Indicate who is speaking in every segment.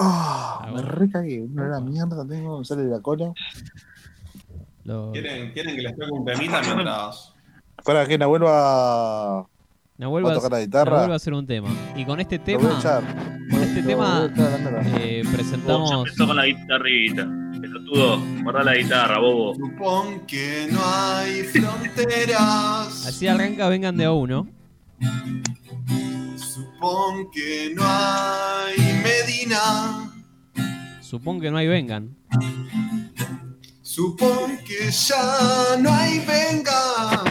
Speaker 1: Ah,
Speaker 2: Ah,
Speaker 1: recagué, no era mierda, tengo, sale de la cola.
Speaker 2: Lo-
Speaker 3: ¿Quieren, quieren que les toque un temita mientras.
Speaker 1: Para que Nahuel va, va
Speaker 2: Nahuel
Speaker 1: a
Speaker 2: va,
Speaker 1: tocar la
Speaker 2: Nahuel va
Speaker 1: guitarra.
Speaker 2: a hacer un tema. Y con este
Speaker 1: Lo voy a
Speaker 2: tema
Speaker 1: echar.
Speaker 2: con este
Speaker 1: Lo
Speaker 2: tema-
Speaker 1: voy a echar a la mierda.
Speaker 2: eh,
Speaker 4: Vos ya
Speaker 2: presentamos.
Speaker 4: empezó con la guitarrita. Pelotudo, guardá la guitarra, bobo.
Speaker 3: Supón que no hay fronteras.
Speaker 2: Así arranca, vengan de a uno.
Speaker 3: Supón que no hay Medina.
Speaker 2: Supongo que no hay vengan.
Speaker 3: Supón que ya no hay venga.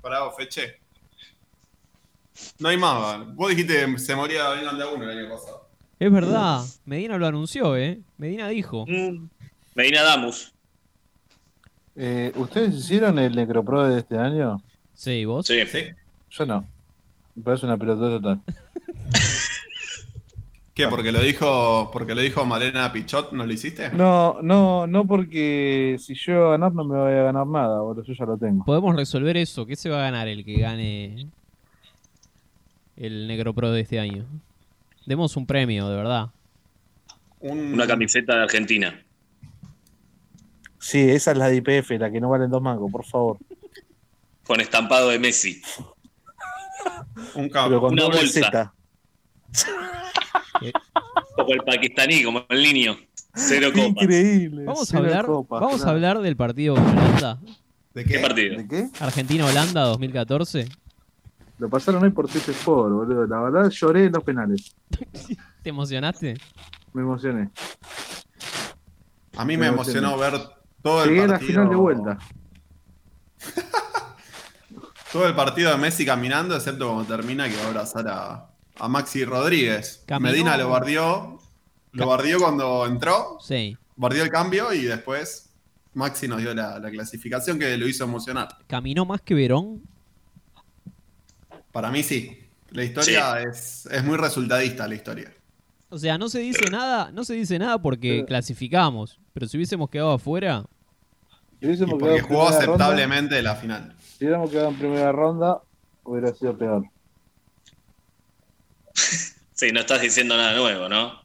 Speaker 3: Pará, vos, feche. No hay más, ¿vale? Vos dijiste que se moría Vengan de a uno el año pasado.
Speaker 2: Es verdad, Medina lo anunció, ¿eh? Medina dijo.
Speaker 4: Mm. Medina Damus.
Speaker 1: Eh, ¿Ustedes hicieron el Necropro de este año?
Speaker 2: Sí, vos.
Speaker 4: Sí.
Speaker 3: ¿Sí?
Speaker 1: Yo no. Me parece una pelotuda total.
Speaker 3: ¿Qué? ¿Porque lo dijo, porque lo dijo Malena Pichot? ¿No lo hiciste?
Speaker 1: No, no, no porque si yo voy a ganar no me voy a ganar nada, boludo, yo ya lo tengo.
Speaker 2: Podemos resolver eso. ¿Qué se va a ganar el que gane el Negro Pro de este año? Demos un premio, de verdad.
Speaker 3: Un-
Speaker 4: Una camiseta de Argentina.
Speaker 1: Sí, esa es la de IPF, la que no valen dos mangos, por favor.
Speaker 4: Con estampado de Messi.
Speaker 3: un ca-
Speaker 1: Pero con
Speaker 4: Ah, Una
Speaker 1: doble
Speaker 4: bolsa.
Speaker 1: Z.
Speaker 4: Como el pakistaní, como el niño. Cero copa.
Speaker 1: Increíble.
Speaker 2: Vamos a
Speaker 1: cero
Speaker 2: hablar,
Speaker 1: copas,
Speaker 2: vamos a
Speaker 1: claro.
Speaker 2: hablar del partido con Holanda.
Speaker 3: ¿De
Speaker 4: ¿Qué
Speaker 3: qué?
Speaker 4: partido?
Speaker 1: ¿De qué?
Speaker 2: Argentina-Holanda 2014.
Speaker 1: Lo pasaron hoy por Twitch Sport, boludo. La verdad lloré en los penales.
Speaker 2: ¿Te emocionaste?
Speaker 1: Me emocioné.
Speaker 3: A mí me
Speaker 1: Pero
Speaker 3: emocionó ver todo el
Speaker 1: Llegué a
Speaker 3: partido.
Speaker 1: la final de vuelta.
Speaker 3: Todo el partido de Messi caminando, excepto cuando termina que va a abrazar a, a Maxi Rodríguez.
Speaker 2: Caminó.
Speaker 3: Medina lo bardió. Lo bardió cuando entró,
Speaker 2: Sí.
Speaker 3: bardió el cambio y después Maxi nos dio la, la clasificación que lo hizo emocionar.
Speaker 2: Caminó más que Verón.
Speaker 3: Para mí sí. La historia es, es muy resultadista, la historia.
Speaker 2: O sea, no se
Speaker 3: Eh.
Speaker 2: dice nada, no se dice nada porque clasificamos. Pero si hubiésemos quedado afuera,
Speaker 3: Y porque jugó aceptablemente la final.
Speaker 1: Si hubiéramos quedado en primera ronda, hubiera sido peor.
Speaker 4: Sí, no estás diciendo nada nuevo, ¿no?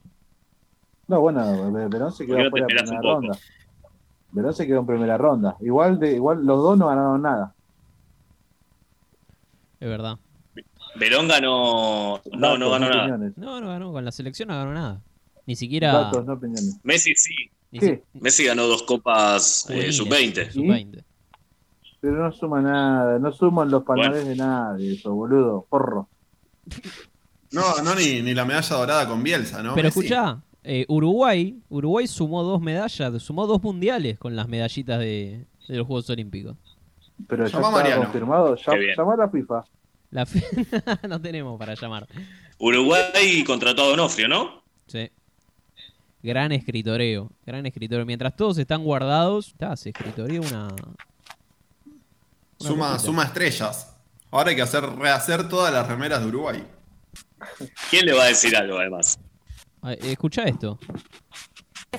Speaker 1: No, bueno, Ver- Verón se
Speaker 4: Porque
Speaker 1: quedó
Speaker 4: no te
Speaker 1: fuera en
Speaker 4: esperás
Speaker 1: primera
Speaker 4: un poco.
Speaker 1: ronda. Verón se quedó en primera ronda. Igual, de, igual los dos no ganaron nada.
Speaker 2: es verdad.
Speaker 4: Verón ganó. No, no
Speaker 1: Datos,
Speaker 4: ganó nada.
Speaker 1: opiniones.
Speaker 2: No, no ganó. Con la selección no ganó nada. Ni siquiera.
Speaker 1: Datos, no opiniones.
Speaker 4: Messi sí.
Speaker 2: ni
Speaker 1: ¿Qué?
Speaker 2: si-
Speaker 4: Messi ganó dos copas eh,
Speaker 2: juveniles,
Speaker 4: sub-20.
Speaker 2: Sub-20.
Speaker 1: Pero no suma nada. No suman los panales de nadie, eso, boludo. Porro.
Speaker 3: No ganó ni, ni la medalla dorada con Bielsa, ¿no?
Speaker 2: Pero
Speaker 3: Messi?
Speaker 2: escuchá, eh, Uruguay, Uruguay sumó dos medallas, sumó dos mundiales con las medallitas de, de los Juegos Olímpicos.
Speaker 1: Pero ya
Speaker 3: Llamá a
Speaker 1: estaba
Speaker 3: Mariano.
Speaker 1: confirmado. Ya,
Speaker 4: Qué bien.
Speaker 1: llamá a la FIFA.
Speaker 2: La fe- no tenemos para llamar.
Speaker 4: Uruguay contrató a Donofrio, ¿no?
Speaker 2: Sí. Gran escritoreo, gran escritoreo. Mientras todos están guardados, está, se escritoreó una...
Speaker 3: Suma, suma estrellas. Ahora hay que hacer, rehacer todas las remeras de Uruguay.
Speaker 4: ¿Quién le va a decir algo, además?
Speaker 2: Ah, eh, Escuchá esto.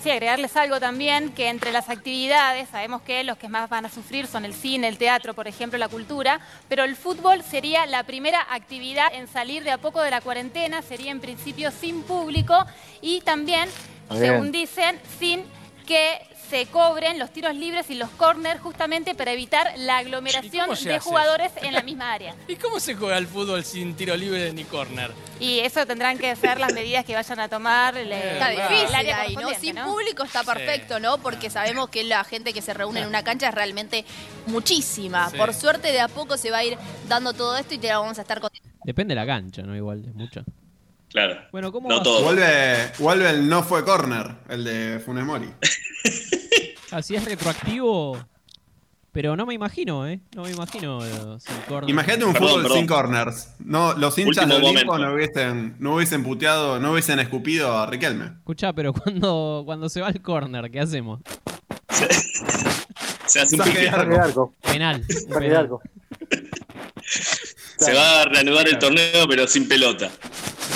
Speaker 5: Sí, agregarles algo también, que entre las actividades sabemos que los que más van a sufrir son el cine, el teatro, por ejemplo, la cultura, pero el fútbol sería la primera actividad en salir de a poco de la cuarentena, sería en principio sin público y también,
Speaker 1: Bien.
Speaker 5: según dicen, sin que se cobren los tiros libres y los córner justamente para evitar la
Speaker 6: ¿Y
Speaker 5: aglomeración
Speaker 6: cómo se
Speaker 5: de
Speaker 6: hace
Speaker 5: jugadores en la misma área.
Speaker 6: ¿Y cómo se juega el fútbol sin tiro libre ni córner?
Speaker 5: Y eso tendrán que ser las medidas que vayan a tomar. le-
Speaker 7: Está
Speaker 6: Eh,
Speaker 5: el
Speaker 7: difícil
Speaker 5: área
Speaker 7: ahí, ¿no?
Speaker 5: correspondiente,
Speaker 7: Sin
Speaker 5: ¿no?
Speaker 7: público está perfecto, ¿no? Porque sabemos que la gente que se reúne en una cancha es realmente muchísima.
Speaker 6: Sí.
Speaker 7: Por suerte, de a poco se va a ir dando todo esto y te la vamos a estar contando.
Speaker 2: Depende de la cancha, ¿no? Igual, es mucha.
Speaker 4: Claro.
Speaker 2: Bueno, ¿cómo
Speaker 4: No
Speaker 2: vas-
Speaker 4: todo.
Speaker 3: Vuelve, vuelve el no fue corner, el de Funes Mori.
Speaker 2: Así es retroactivo, pero no me imagino, ¿eh? No me imagino eh, sin córner.
Speaker 3: Imagínate un
Speaker 4: Perdón,
Speaker 3: fútbol
Speaker 4: perdón.
Speaker 3: sin corners. No, los hinchas
Speaker 4: Último
Speaker 3: de Olimpo
Speaker 4: momento.
Speaker 3: no hubiesen, no hubiesen puteado, no hubiesen escupido a Riquelme.
Speaker 2: Escuchá, pero cuando, cuando se va al córner, ¿qué hacemos?
Speaker 4: Se hace un
Speaker 3: Saque de
Speaker 4: pique.
Speaker 3: arco.
Speaker 1: Saque de arco.
Speaker 2: Penal. un
Speaker 1: Saque de
Speaker 2: penal.
Speaker 1: arco.
Speaker 4: Se va a reanudar el torneo, pero sin pelota.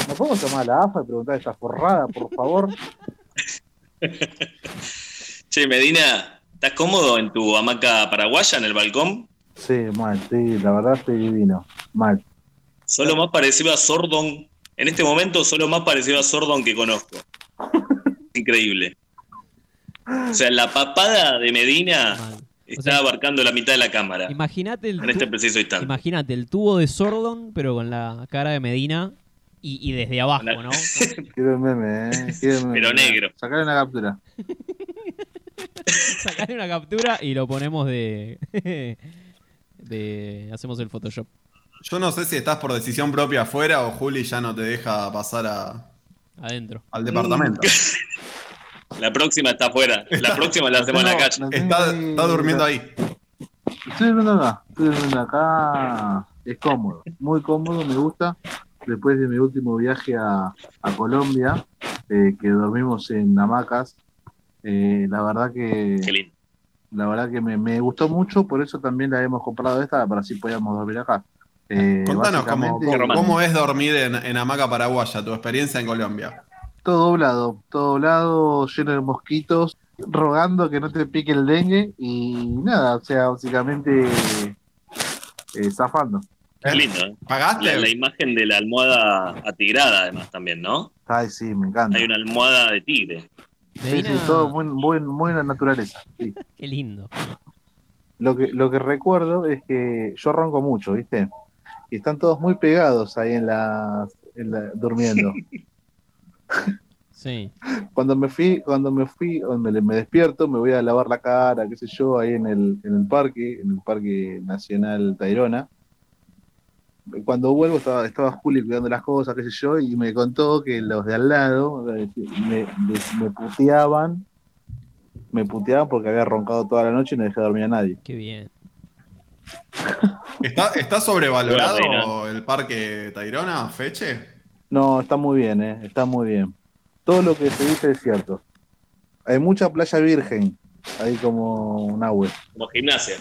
Speaker 1: ¿Nos podemos llamar a la AFA y preguntar esta forrada, por favor?
Speaker 4: Che, Medina, ¿estás cómodo en tu hamaca paraguaya, en el balcón?
Speaker 1: Sí, mal, sí, la verdad estoy divino. Mal.
Speaker 4: Solo más parecido a Sordon. En este momento, solo más parecido a Sordon que conozco. Increíble. O sea, la papada de Medina
Speaker 2: Mal. O
Speaker 4: está
Speaker 2: sea,
Speaker 4: abarcando la mitad de la cámara
Speaker 2: Imagínate el,
Speaker 4: en este
Speaker 2: tu-
Speaker 4: preciso instante.
Speaker 2: imagínate el tubo de Sordon, pero con la cara de Medina y, y desde abajo,
Speaker 4: La-
Speaker 2: ¿no?
Speaker 1: Quiero el meme, eh. Quiero el meme.
Speaker 4: Pero negro.
Speaker 1: Sacar una captura.
Speaker 2: Sacarle una captura y lo ponemos de. de hacemos el Photoshop.
Speaker 3: Yo no sé si estás por decisión propia afuera o Juli ya no te deja pasar a-
Speaker 2: Adentro.
Speaker 3: al departamento.
Speaker 1: Mm.
Speaker 4: La próxima está afuera. La próxima la hacemos en la
Speaker 1: No,
Speaker 4: calle.
Speaker 1: no tengo
Speaker 3: Está,
Speaker 1: ahí-
Speaker 3: está durmiendo ahí.
Speaker 1: Estoy durmiendo acá. Estoy durmiendo acá. Es cómodo. Muy cómodo, me gusta. Después de mi último viaje a, a Colombia, eh, que dormimos en hamacas, eh, la verdad que
Speaker 4: Qué lindo.
Speaker 1: la verdad que me, me gustó mucho, por eso también la hemos comprado esta, para así podíamos dormir acá. Eh,
Speaker 3: Contanos cómo,
Speaker 1: básicamente,
Speaker 3: cómo-
Speaker 4: romántico.
Speaker 3: cómo es dormir en, en hamaca paraguaya, tu experiencia en Colombia.
Speaker 1: Todo doblado, todo doblado, lleno de mosquitos, rogando que no te pique el dengue y nada, o sea, básicamente eh, zafando.
Speaker 4: Qué lindo. ¿eh? La,
Speaker 3: ¿Pagaste?
Speaker 4: la imagen de la almohada atigrada, además, también, ¿no?
Speaker 1: Ay, sí, me encanta.
Speaker 4: Hay una almohada de tigre.
Speaker 1: Sí,
Speaker 2: Medina,
Speaker 1: sí, todo muy, muy, muy en la naturaleza. sí.
Speaker 2: Qué lindo.
Speaker 1: Lo que, lo que recuerdo es que yo ronco mucho, ¿viste? Y están todos muy pegados ahí en la, en la- durmiendo.
Speaker 2: Sí.
Speaker 1: Cuando me fui, cuando me fui, cuando me, me despierto, me voy a lavar la cara, qué sé yo, ahí en el, en el parque, en el Parque Nacional Tayrona. Cuando vuelvo estaba, estaba Juli cuidando las cosas, qué sé yo, y me contó que los de al lado eh, me, me- me puteaban, me puteaban porque había roncado toda la noche y no dejé dormir a nadie.
Speaker 2: Qué bien.
Speaker 3: ¿Está, está sobrevalorado
Speaker 4: Bueno, Tayrona.
Speaker 3: el parque Tairona, Feche?
Speaker 1: No, está muy bien, eh, está muy bien. Todo lo que se dice es cierto. Hay mucha playa virgen, ahí como una web.
Speaker 4: Como gimnasia.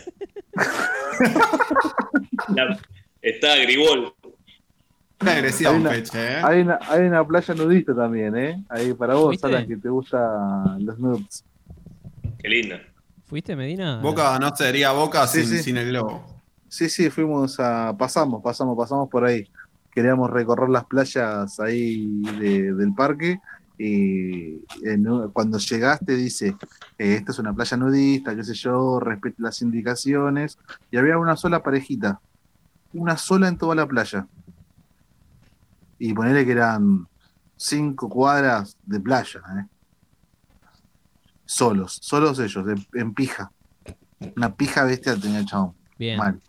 Speaker 4: La- está Gribol.
Speaker 3: Una agresión,
Speaker 1: Hay una-
Speaker 3: Feche, ¿eh?
Speaker 1: Hay una, hay una playa nudista también, ¿eh? Ahí para vos,
Speaker 2: ¿Viste?
Speaker 1: Alan, que te gustan los nudes.
Speaker 4: Qué lindo.
Speaker 2: ¿Fuiste, Medina?
Speaker 3: Boca no sería Boca
Speaker 1: Sí,
Speaker 3: sin,
Speaker 1: sí.
Speaker 3: sin el globo.
Speaker 1: Sí, sí, fuimos a. Pasamos, pasamos, pasamos por ahí. Queríamos recorrer las playas ahí de- del parque. Y en un- cuando llegaste, dice: eh, Esta es una playa nudista, qué sé yo, respete las indicaciones. Y había una sola parejita. Una sola en toda la playa. Y ponele que eran cinco cuadras de playa, ¿eh? Solos, solos ellos, en, en pija. Una pija bestia tenía el chabón.
Speaker 2: Bien.
Speaker 1: Mal.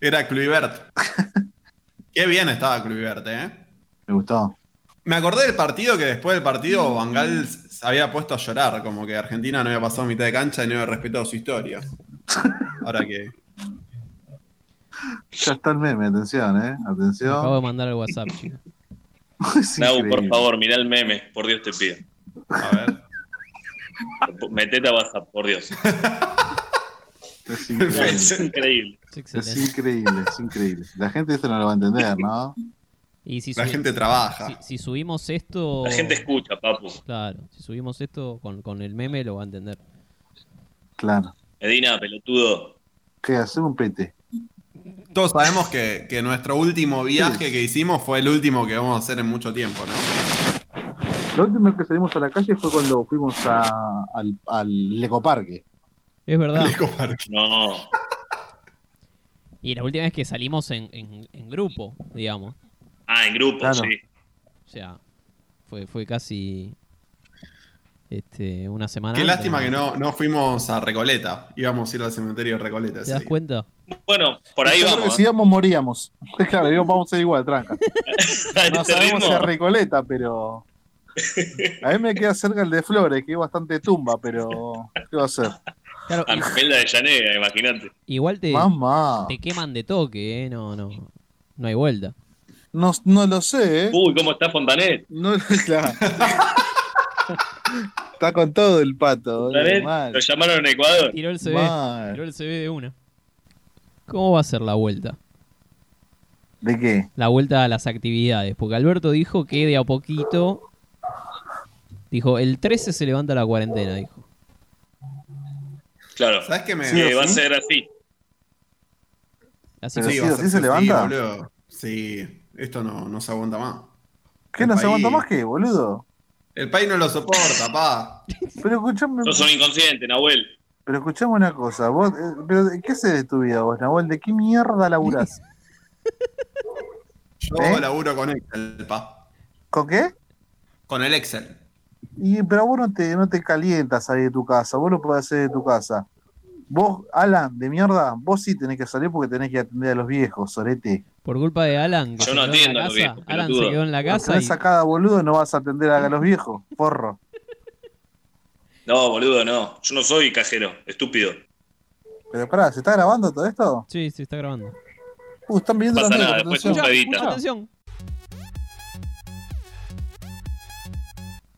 Speaker 3: Era Cluivert. Qué bien estaba Cluivert, ¿eh?
Speaker 1: Me gustó.
Speaker 3: Me acordé del partido que después del partido Bangal se había puesto a llorar, como que Argentina no había pasado mitad de cancha y no había respetado su historia. Ahora que.
Speaker 1: Ya está el meme, atención, eh.
Speaker 2: Me Acabo
Speaker 1: Atención.
Speaker 2: de mandar el WhatsApp. chico.
Speaker 1: Es
Speaker 4: Nau, por
Speaker 1: increíble.
Speaker 4: favor, mirá el meme. Por Dios te pido.
Speaker 3: A ver.
Speaker 4: Metete a WhatsApp, por Dios.
Speaker 1: Es increíble.
Speaker 4: Es increíble.
Speaker 2: Es
Speaker 1: Es
Speaker 2: excelente.
Speaker 1: increíble, es increíble. La gente esto no lo va a entender, ¿no?
Speaker 2: Y si,
Speaker 3: La
Speaker 2: subi-
Speaker 3: gente trabaja.
Speaker 2: si- si subimos esto.
Speaker 4: La gente escucha, papu.
Speaker 2: Claro, si subimos esto con, con el meme lo va a entender.
Speaker 1: Claro.
Speaker 4: Medina, pelotudo.
Speaker 1: ¿Qué? Hacer un pete.
Speaker 3: Todos sabemos que, que nuestro último viaje que hicimos fue el último que vamos a hacer en mucho tiempo, ¿no?
Speaker 1: Lo último que salimos a la calle fue cuando fuimos a- al, al ecoparque.
Speaker 2: Es verdad.
Speaker 3: El ecoparque.
Speaker 4: No.
Speaker 2: Y la última vez que salimos en, en- en grupo, digamos.
Speaker 4: Ah, en grupo,
Speaker 1: Claro.
Speaker 4: sí.
Speaker 2: O sea, fue, fue casi este, una semana.
Speaker 3: Qué
Speaker 2: antes,
Speaker 3: lástima que no, no fuimos a Recoleta. Íbamos a ir al cementerio de Recoleta.
Speaker 2: ¿Te
Speaker 3: ese
Speaker 2: das
Speaker 3: día.
Speaker 2: cuenta?
Speaker 4: Bueno, por ahí
Speaker 1: Seguro que
Speaker 4: vamos. ¿eh?
Speaker 1: Si íbamos, moríamos. Claro, íbamos- vamos a ir igual, tranca.
Speaker 4: A
Speaker 1: No
Speaker 4: este
Speaker 1: sabemos si
Speaker 4: ritmo.
Speaker 1: a Recoleta, pero. A mí me queda cerca el de Flores, que es bastante tumba, pero. ¿Qué va a hacer?
Speaker 2: Claro,
Speaker 3: Ah,
Speaker 4: A Mafalda de Llanera, imagínate.
Speaker 2: igual te,
Speaker 1: Mamá.
Speaker 2: te queman de toque, ¿eh? No, no. No hay vuelta.
Speaker 1: No, no lo sé, ¿eh?
Speaker 4: Uy, ¿cómo está Fontanet?
Speaker 1: No, claro. Está con todo el pato. boludo,
Speaker 4: Fontanet
Speaker 1: mal,
Speaker 4: lo llamaron en Ecuador.
Speaker 2: Tiró el CB.
Speaker 1: mal.
Speaker 2: Tiró el CB de una. ¿Cómo va a ser la vuelta?
Speaker 1: ¿De qué?
Speaker 2: la vuelta a las actividades, porque Alberto dijo que de a poquito, dijo, el 13 se levanta la cuarentena, dijo.
Speaker 4: Claro.
Speaker 3: ¿Sabes qué me.?
Speaker 1: Sí,
Speaker 4: Eh, va a
Speaker 1: sí.
Speaker 4: ser así.
Speaker 2: Así
Speaker 1: Pero
Speaker 2: que
Speaker 1: sí,
Speaker 3: va a
Speaker 1: así
Speaker 3: ser
Speaker 1: se
Speaker 3: que
Speaker 1: levanta.
Speaker 3: boludo. Sí, esto no, no se aguanta más.
Speaker 1: ¿Qué
Speaker 3: El
Speaker 1: no se aguanta
Speaker 3: país-
Speaker 1: más que, boludo?
Speaker 3: El país no lo soporta, pa.
Speaker 1: Pero escuchame,
Speaker 4: Sos un inconsciente, Nahuel.
Speaker 1: pero escuchame una cosa. Vos, eh, pero, ¿de ¿Qué haces de tu vida vos, Nahuel? ¿De qué mierda laburás?
Speaker 3: Yo
Speaker 1: ¿Eh?
Speaker 3: laburo con Excel, pa.
Speaker 1: ¿Con qué?
Speaker 3: Con el Excel.
Speaker 1: Y, pero vos no te, no te calientas ahí de tu casa, vos lo podés hacer de tu casa. Vos, Alan, de mierda, vos sí tenés que salir porque tenés que atender a los viejos, sorete.
Speaker 2: Por culpa de Alan. que
Speaker 4: Yo
Speaker 2: se
Speaker 4: no
Speaker 2: quedó en
Speaker 4: atiendo
Speaker 2: la
Speaker 4: a los
Speaker 2: casa.
Speaker 4: viejos,
Speaker 2: Alan se
Speaker 4: pelotudo.
Speaker 2: quedó en la
Speaker 1: Los
Speaker 2: casa y
Speaker 1: tenés a cada boludo, no vas a atender a los viejos, porro.
Speaker 4: No, boludo, no. Yo no soy cajero, estúpido.
Speaker 1: Pero pará, ¿se está grabando todo esto?
Speaker 2: Sí, sí, está grabando.
Speaker 1: Uh, están viendo la
Speaker 4: No pasa
Speaker 1: nota,
Speaker 4: nada, después
Speaker 1: atención.
Speaker 4: un pedita.
Speaker 2: mucha atención.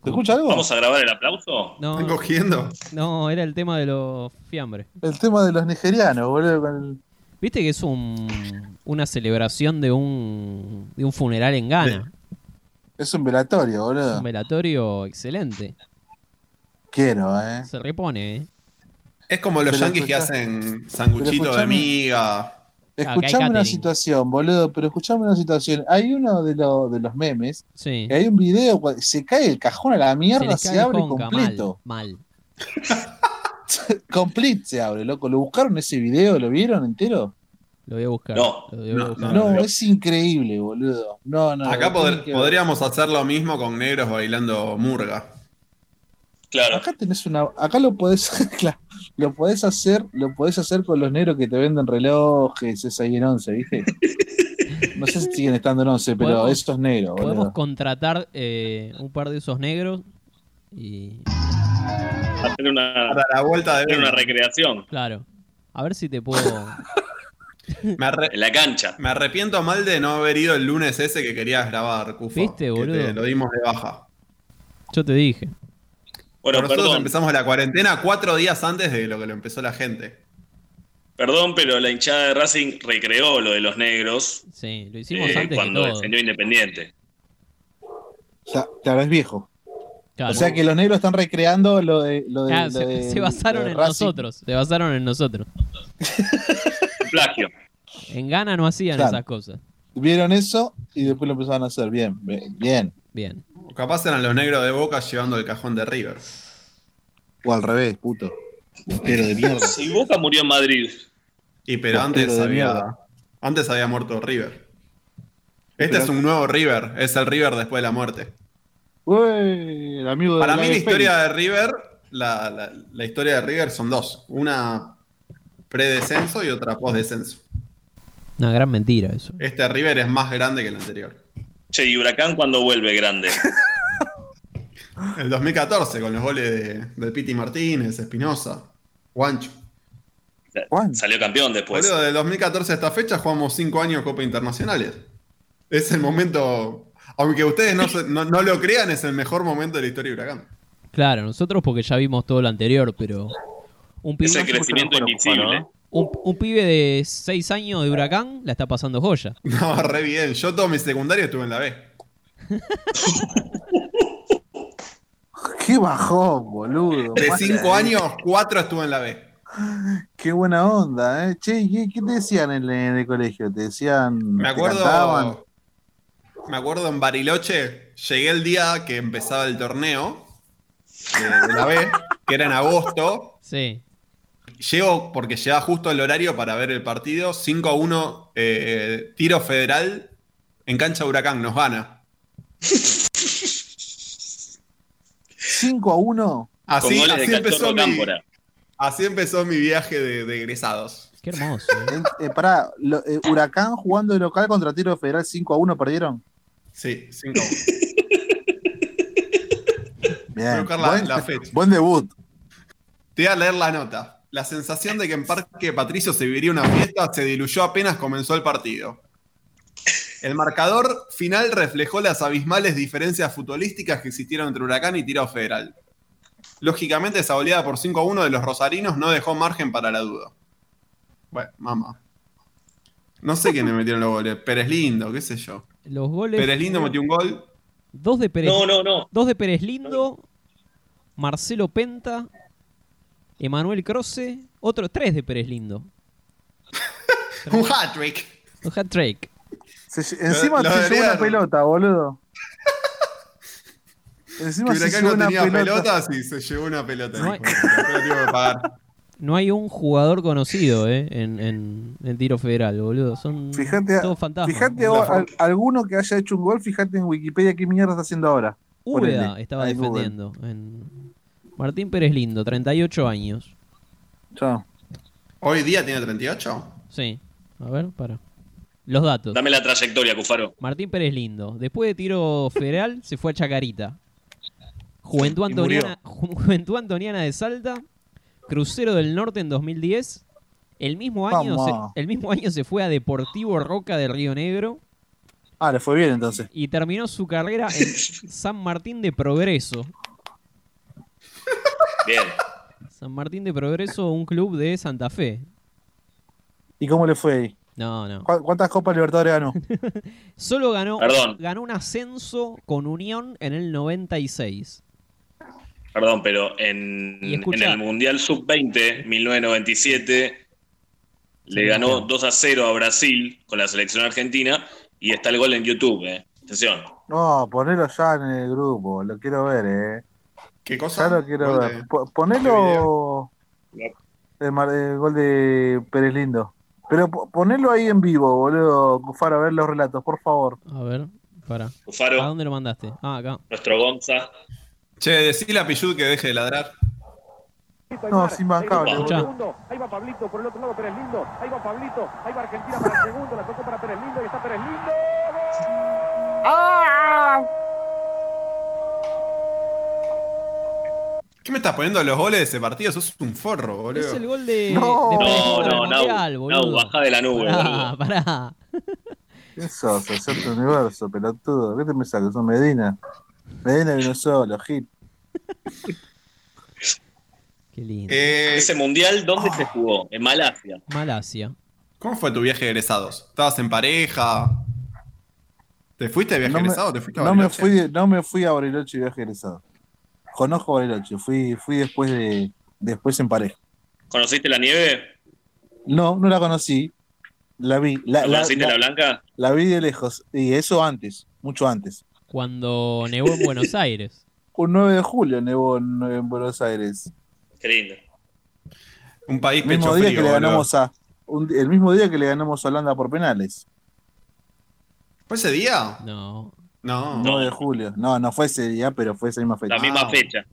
Speaker 1: ¿Se escucha algo?
Speaker 4: ¿Vamos a grabar el aplauso?
Speaker 2: No,
Speaker 3: ¿Están cogiendo?
Speaker 2: no, era el tema de los fiambres.
Speaker 1: El tema de los nigerianos, boludo. con el-
Speaker 2: Viste que es un, una celebración de un, de un funeral en Ghana.
Speaker 1: Es un velatorio, boludo.
Speaker 2: Un velatorio excelente.
Speaker 1: Quiero, eh.
Speaker 2: Se repone, ¿eh?
Speaker 3: Es como los
Speaker 1: Pero
Speaker 3: yanquis que
Speaker 1: escuchá-
Speaker 3: hacen
Speaker 1: pero
Speaker 3: sanguchito de
Speaker 1: escuchame.
Speaker 3: miga.
Speaker 2: Claro, que hay
Speaker 1: Escuchame una
Speaker 2: catering.
Speaker 1: situación, boludo, pero escuchame una situación. Hay uno de, lo- de los memes,
Speaker 2: Sí.
Speaker 1: que hay un video, cua- se cae el cajón a la mierda,
Speaker 2: les
Speaker 1: se,
Speaker 2: cae
Speaker 1: abre
Speaker 2: Honka,
Speaker 1: completo.
Speaker 2: Mal, mal.
Speaker 1: Complete se abre, loco. ¿Lo buscaron ese video? ¿Lo vieron entero?
Speaker 2: Lo voy a buscar.
Speaker 4: No,
Speaker 2: lo voy a
Speaker 3: no,
Speaker 2: buscar.
Speaker 1: No,
Speaker 3: Ah, no.
Speaker 1: es increíble, boludo. No, no.
Speaker 3: Acá
Speaker 1: lo
Speaker 3: pod-
Speaker 1: tienen que ver.
Speaker 3: podríamos hacer lo mismo con negros bailando murga.
Speaker 4: Claro.
Speaker 1: Acá tenés una, acá lo podés, claro, lo podés hacer, lo podés hacer con los negros que te venden relojes, es ahí en 11, ¿viste? No sé si siguen estando en 11, pero
Speaker 2: Podemos-
Speaker 1: esos negros,
Speaker 2: Podemos
Speaker 1: boludo.
Speaker 2: contratar eh, un par de esos negros y.
Speaker 4: Hacer una,
Speaker 3: Para la vuelta de
Speaker 4: hacer una
Speaker 3: Venus.
Speaker 4: recreación.
Speaker 2: Claro. A ver si te puedo.
Speaker 3: Me, arre-
Speaker 4: En la cancha.
Speaker 3: me arrepiento mal de no haber ido el lunes ese que querías grabar, Cufo.
Speaker 2: Viste,
Speaker 3: que
Speaker 2: boludo.
Speaker 3: te lo dimos de baja.
Speaker 2: Yo te dije.
Speaker 4: Bueno,
Speaker 3: Pero nosotros
Speaker 4: perdón.
Speaker 3: empezamos la cuarentena cuatro días antes de lo que lo empezó la gente.
Speaker 4: Perdón, pero la hinchada de Racing recreó lo de los negros
Speaker 2: Sí, lo hicimos
Speaker 4: eh,
Speaker 2: antes que
Speaker 4: cuando
Speaker 2: todo.
Speaker 4: defendió Independiente.
Speaker 1: Ya, claro, es viejo.
Speaker 2: Claro.
Speaker 1: O sea que los negros están recreando lo de. Lo de,
Speaker 2: Ah,
Speaker 1: lo
Speaker 2: se,
Speaker 1: de-
Speaker 2: se basaron
Speaker 1: lo de
Speaker 2: en
Speaker 1: Racing.
Speaker 2: nosotros. Se basaron en nosotros.
Speaker 4: Un Plagio.
Speaker 2: En Ghana no hacían
Speaker 1: Claro.
Speaker 2: esas cosas.
Speaker 1: Vieron eso y después lo empezaron a hacer. Bien, be- bien.
Speaker 2: Bien.
Speaker 3: O capaz eran los negros de boca llevando el cajón de River.
Speaker 1: O al revés, puto. Pero de mierda.
Speaker 4: Si Boca murió en Madrid,
Speaker 3: Y pero
Speaker 1: Pero
Speaker 3: antes
Speaker 1: de
Speaker 3: había,
Speaker 1: mierda.
Speaker 3: antes había muerto River. Este
Speaker 1: Pero-
Speaker 3: es un nuevo River, es el River después de la muerte.
Speaker 1: Uy, el amigo de
Speaker 3: Para mí
Speaker 1: Gaby
Speaker 3: la
Speaker 1: Félix.
Speaker 3: historia de River, la, la- la historia de River son dos. Una predescenso y otra postdescenso.
Speaker 2: Una gran mentira eso.
Speaker 3: Este River es más grande que el anterior.
Speaker 4: che, y Huracán cuando vuelve grande.
Speaker 3: El 2014, con los goles de, de Piti Martínez, Espinosa, Guancho.
Speaker 1: Juan.
Speaker 4: Salió campeón después.
Speaker 3: Boludo, del 2014 a esta fecha jugamos 5 años Copa Internacionales. Es el momento, aunque ustedes no, se- no, no lo crean, es el mejor momento de la historia de Huracán.
Speaker 2: Claro, nosotros porque ya vimos todo lo anterior, pero. Un
Speaker 4: Es
Speaker 2: pibe,
Speaker 4: el crecimiento
Speaker 1: Bueno,
Speaker 4: invisible.
Speaker 1: ¿no?
Speaker 2: un, un pibe de 6 años de huracán la está pasando joya.
Speaker 3: No, re bien. Yo todo mi secundario estuve en la B.
Speaker 1: Qué bajón, boludo.
Speaker 3: De
Speaker 1: Más
Speaker 3: 5
Speaker 1: la-
Speaker 3: años, 4 estuve en la B.
Speaker 1: Qué buena onda, ¿eh? Che, ¿qué, qué te decían en el, en el colegio? ¿Te decían.
Speaker 3: Me
Speaker 1: te cantaban?
Speaker 3: acuerdo. Me acuerdo en Bariloche, llegué el día que empezaba el torneo de, de la B, que era en agosto.
Speaker 2: Sí.
Speaker 3: Llego, porque llegaba justo el horario para ver el partido, 5 a 1, eh, tiro federal en cancha de Huracán, nos gana.
Speaker 1: 5 a 1.
Speaker 4: Con
Speaker 3: Así,
Speaker 4: goles
Speaker 3: así
Speaker 4: de
Speaker 3: empezó
Speaker 4: Castorro
Speaker 3: mi,
Speaker 4: Cámpora.
Speaker 3: así empezó mi viaje de, de egresados.
Speaker 2: Qué hermoso. ¿eh?
Speaker 1: Eh, eh, pará, lo- eh, Huracán jugando de local contra Tiro Federal 5 a 1, perdieron.
Speaker 3: Sí, 5 a 1. Voy a
Speaker 1: Bien.
Speaker 3: buscar la-
Speaker 1: buen,
Speaker 3: la fecha.
Speaker 1: buen debut.
Speaker 3: Te voy a leer la nota. La sensación de que en Parque Patricio se viviría una fiesta se diluyó apenas comenzó el partido. El marcador final reflejó las abismales diferencias futbolísticas que existieron entre Huracán y Tirado Federal. Lógicamente, esa oleada por 5 a 1 de los rosarinos no dejó margen para la duda. Bueno, mamá. No sé quién le metieron los goles. Pérez Lindo, qué sé yo.
Speaker 2: Los goles.
Speaker 3: Pérez Lindo metió un gol.
Speaker 2: Dos de Pérez.
Speaker 4: No, no, no.
Speaker 2: Dos de Pérez Lindo, Marcelo Penta, Emanuel Croce, otro tres de Pérez Lindo.
Speaker 3: Un hat-trick.
Speaker 2: Un hat-trick.
Speaker 1: Se lle- encima se
Speaker 3: lo
Speaker 1: llevó
Speaker 3: deberían-
Speaker 1: una pelota, boludo. Encima
Speaker 3: Que
Speaker 1: se
Speaker 3: Huracán
Speaker 1: llevó
Speaker 3: no
Speaker 1: una
Speaker 3: tenía
Speaker 1: pelota.
Speaker 3: pelotas y se llevó una pelota.
Speaker 2: No hay-
Speaker 3: dijo, "La tengo que pagar".
Speaker 2: No hay un jugador conocido, eh, en, en- en tiro federal, boludo. Son
Speaker 1: Fíjate,
Speaker 2: todos fantasmas.
Speaker 1: Fíjate
Speaker 3: Una
Speaker 1: ahora,
Speaker 3: forma.
Speaker 1: al- alguno que haya hecho un gol, fíjate en Wikipedia qué mierda está haciendo ahora.
Speaker 2: Úbeda
Speaker 1: ponele,
Speaker 2: estaba
Speaker 1: ahí, Google.
Speaker 2: defendiendo. en- Martín Pérez Lindo, 38 años.
Speaker 1: Chao.
Speaker 3: Hoy día tiene 38.
Speaker 2: Sí. A ver, para. Los datos.
Speaker 4: Dame la trayectoria, Cufaro.
Speaker 2: Martín Pérez Lindo. Después de tiro federal, se fue a Chacarita. Juventud
Speaker 1: Y murió.
Speaker 2: Antoniana, Ju- Juventud Antoniana de Salta. Crucero del Norte en 2010. El mismo, año se,
Speaker 1: Vamos.
Speaker 2: el mismo año se fue a Deportivo Roca de Río Negro
Speaker 1: Ah, le fue bien entonces.
Speaker 2: y terminó su carrera en San Martín de Progreso.
Speaker 4: Bien.
Speaker 2: San Martín de Progreso, un club de Santa Fe.
Speaker 1: ¿Y cómo le fue ahí?
Speaker 2: No, no.
Speaker 1: ¿Cu- ¿Cuántas Copas Libertadores ganó?
Speaker 2: Solo ganó,
Speaker 4: Perdón.
Speaker 2: ganó un ascenso con Unión en el 96.
Speaker 4: Perdón, pero en,
Speaker 2: Y escucha-
Speaker 4: en el Mundial Sub-20, 1997, le
Speaker 2: Sí,
Speaker 4: ganó
Speaker 2: no.
Speaker 4: 2 a 0 a Brasil con la selección argentina y está el gol en YouTube, eh. Atención.
Speaker 1: No, ponelo ya en el grupo, lo quiero ver, eh.
Speaker 3: ¿Qué cosa?
Speaker 1: Ya lo quiero
Speaker 3: Gol
Speaker 1: ver.
Speaker 3: de-
Speaker 1: Po- ponelo el, mar- el gol de Pérez Lindo. Pero po- ponelo ahí en vivo, boludo, Cufaro, a ver los relatos, por favor.
Speaker 2: A ver, para. ¿A
Speaker 4: Cufaro,
Speaker 2: dónde lo mandaste? Ah, acá.
Speaker 4: nuestro Gonza.
Speaker 3: Che, decile a Pillud que deje de ladrar.
Speaker 1: No, es imbancable,
Speaker 2: Escuchá.
Speaker 1: boludo.
Speaker 8: Ahí va Pablito por el otro lado, Pérez Lindo. Ahí va Pablito. Ahí va Argentina para el segundo. La tocó para Pérez Lindo y está Pérez Lindo.
Speaker 3: ¿Qué me estás poniendo de los goles de ese partido? Sos un forro, boludo.
Speaker 2: Es el gol de.
Speaker 1: No.
Speaker 2: de Pérez
Speaker 4: No,
Speaker 2: para Ah, el
Speaker 4: no,
Speaker 2: Mundial,
Speaker 4: Nau. Nau,
Speaker 2: boludo.
Speaker 4: baja de la nube,
Speaker 2: Pará,
Speaker 4: boludo.
Speaker 2: pará.
Speaker 1: ¿Qué sos? Hacerte universo, pelotudo. ¿Qué te pensás que sos Medina? Medina vino solo, Gil.
Speaker 2: Qué lindo.
Speaker 3: Eh,
Speaker 4: Ese Mundial, ¿dónde se jugó? En Malasia.
Speaker 2: Malasia.
Speaker 3: ¿Cómo fue tu viaje de egresados? ¿Estabas en pareja? ¿Te fuiste de viaje
Speaker 1: No me-
Speaker 3: egresado? ¿Te fuiste a
Speaker 1: No me,
Speaker 3: Bariloche?
Speaker 1: fui, no me fui a Bariloche y viaje egresado. Conozco Bariloche, fui, fui después de después en pareja.
Speaker 4: ¿Conociste la nieve?
Speaker 1: No, no la conocí. La vi, la, la-
Speaker 4: ¿Conociste la
Speaker 1: la-
Speaker 4: blanca?
Speaker 1: la vi de lejos. Y eso antes, mucho antes.
Speaker 2: Cuando nevó en Buenos Aires.
Speaker 1: Un 9 de julio nevó en, en Buenos Aires.
Speaker 4: Qué lindo.
Speaker 3: Un país
Speaker 1: El
Speaker 3: pecho
Speaker 1: mismo día
Speaker 3: frío,
Speaker 1: que le
Speaker 3: boludo.
Speaker 1: ganamos a. un- el mismo día que le ganamos a Holanda por penales.
Speaker 3: ¿Fue ese día?
Speaker 2: No.
Speaker 3: No.
Speaker 1: 9 de julio. No, no fue ese día, pero fue esa misma fecha.
Speaker 4: La misma
Speaker 3: Ah.
Speaker 4: fecha.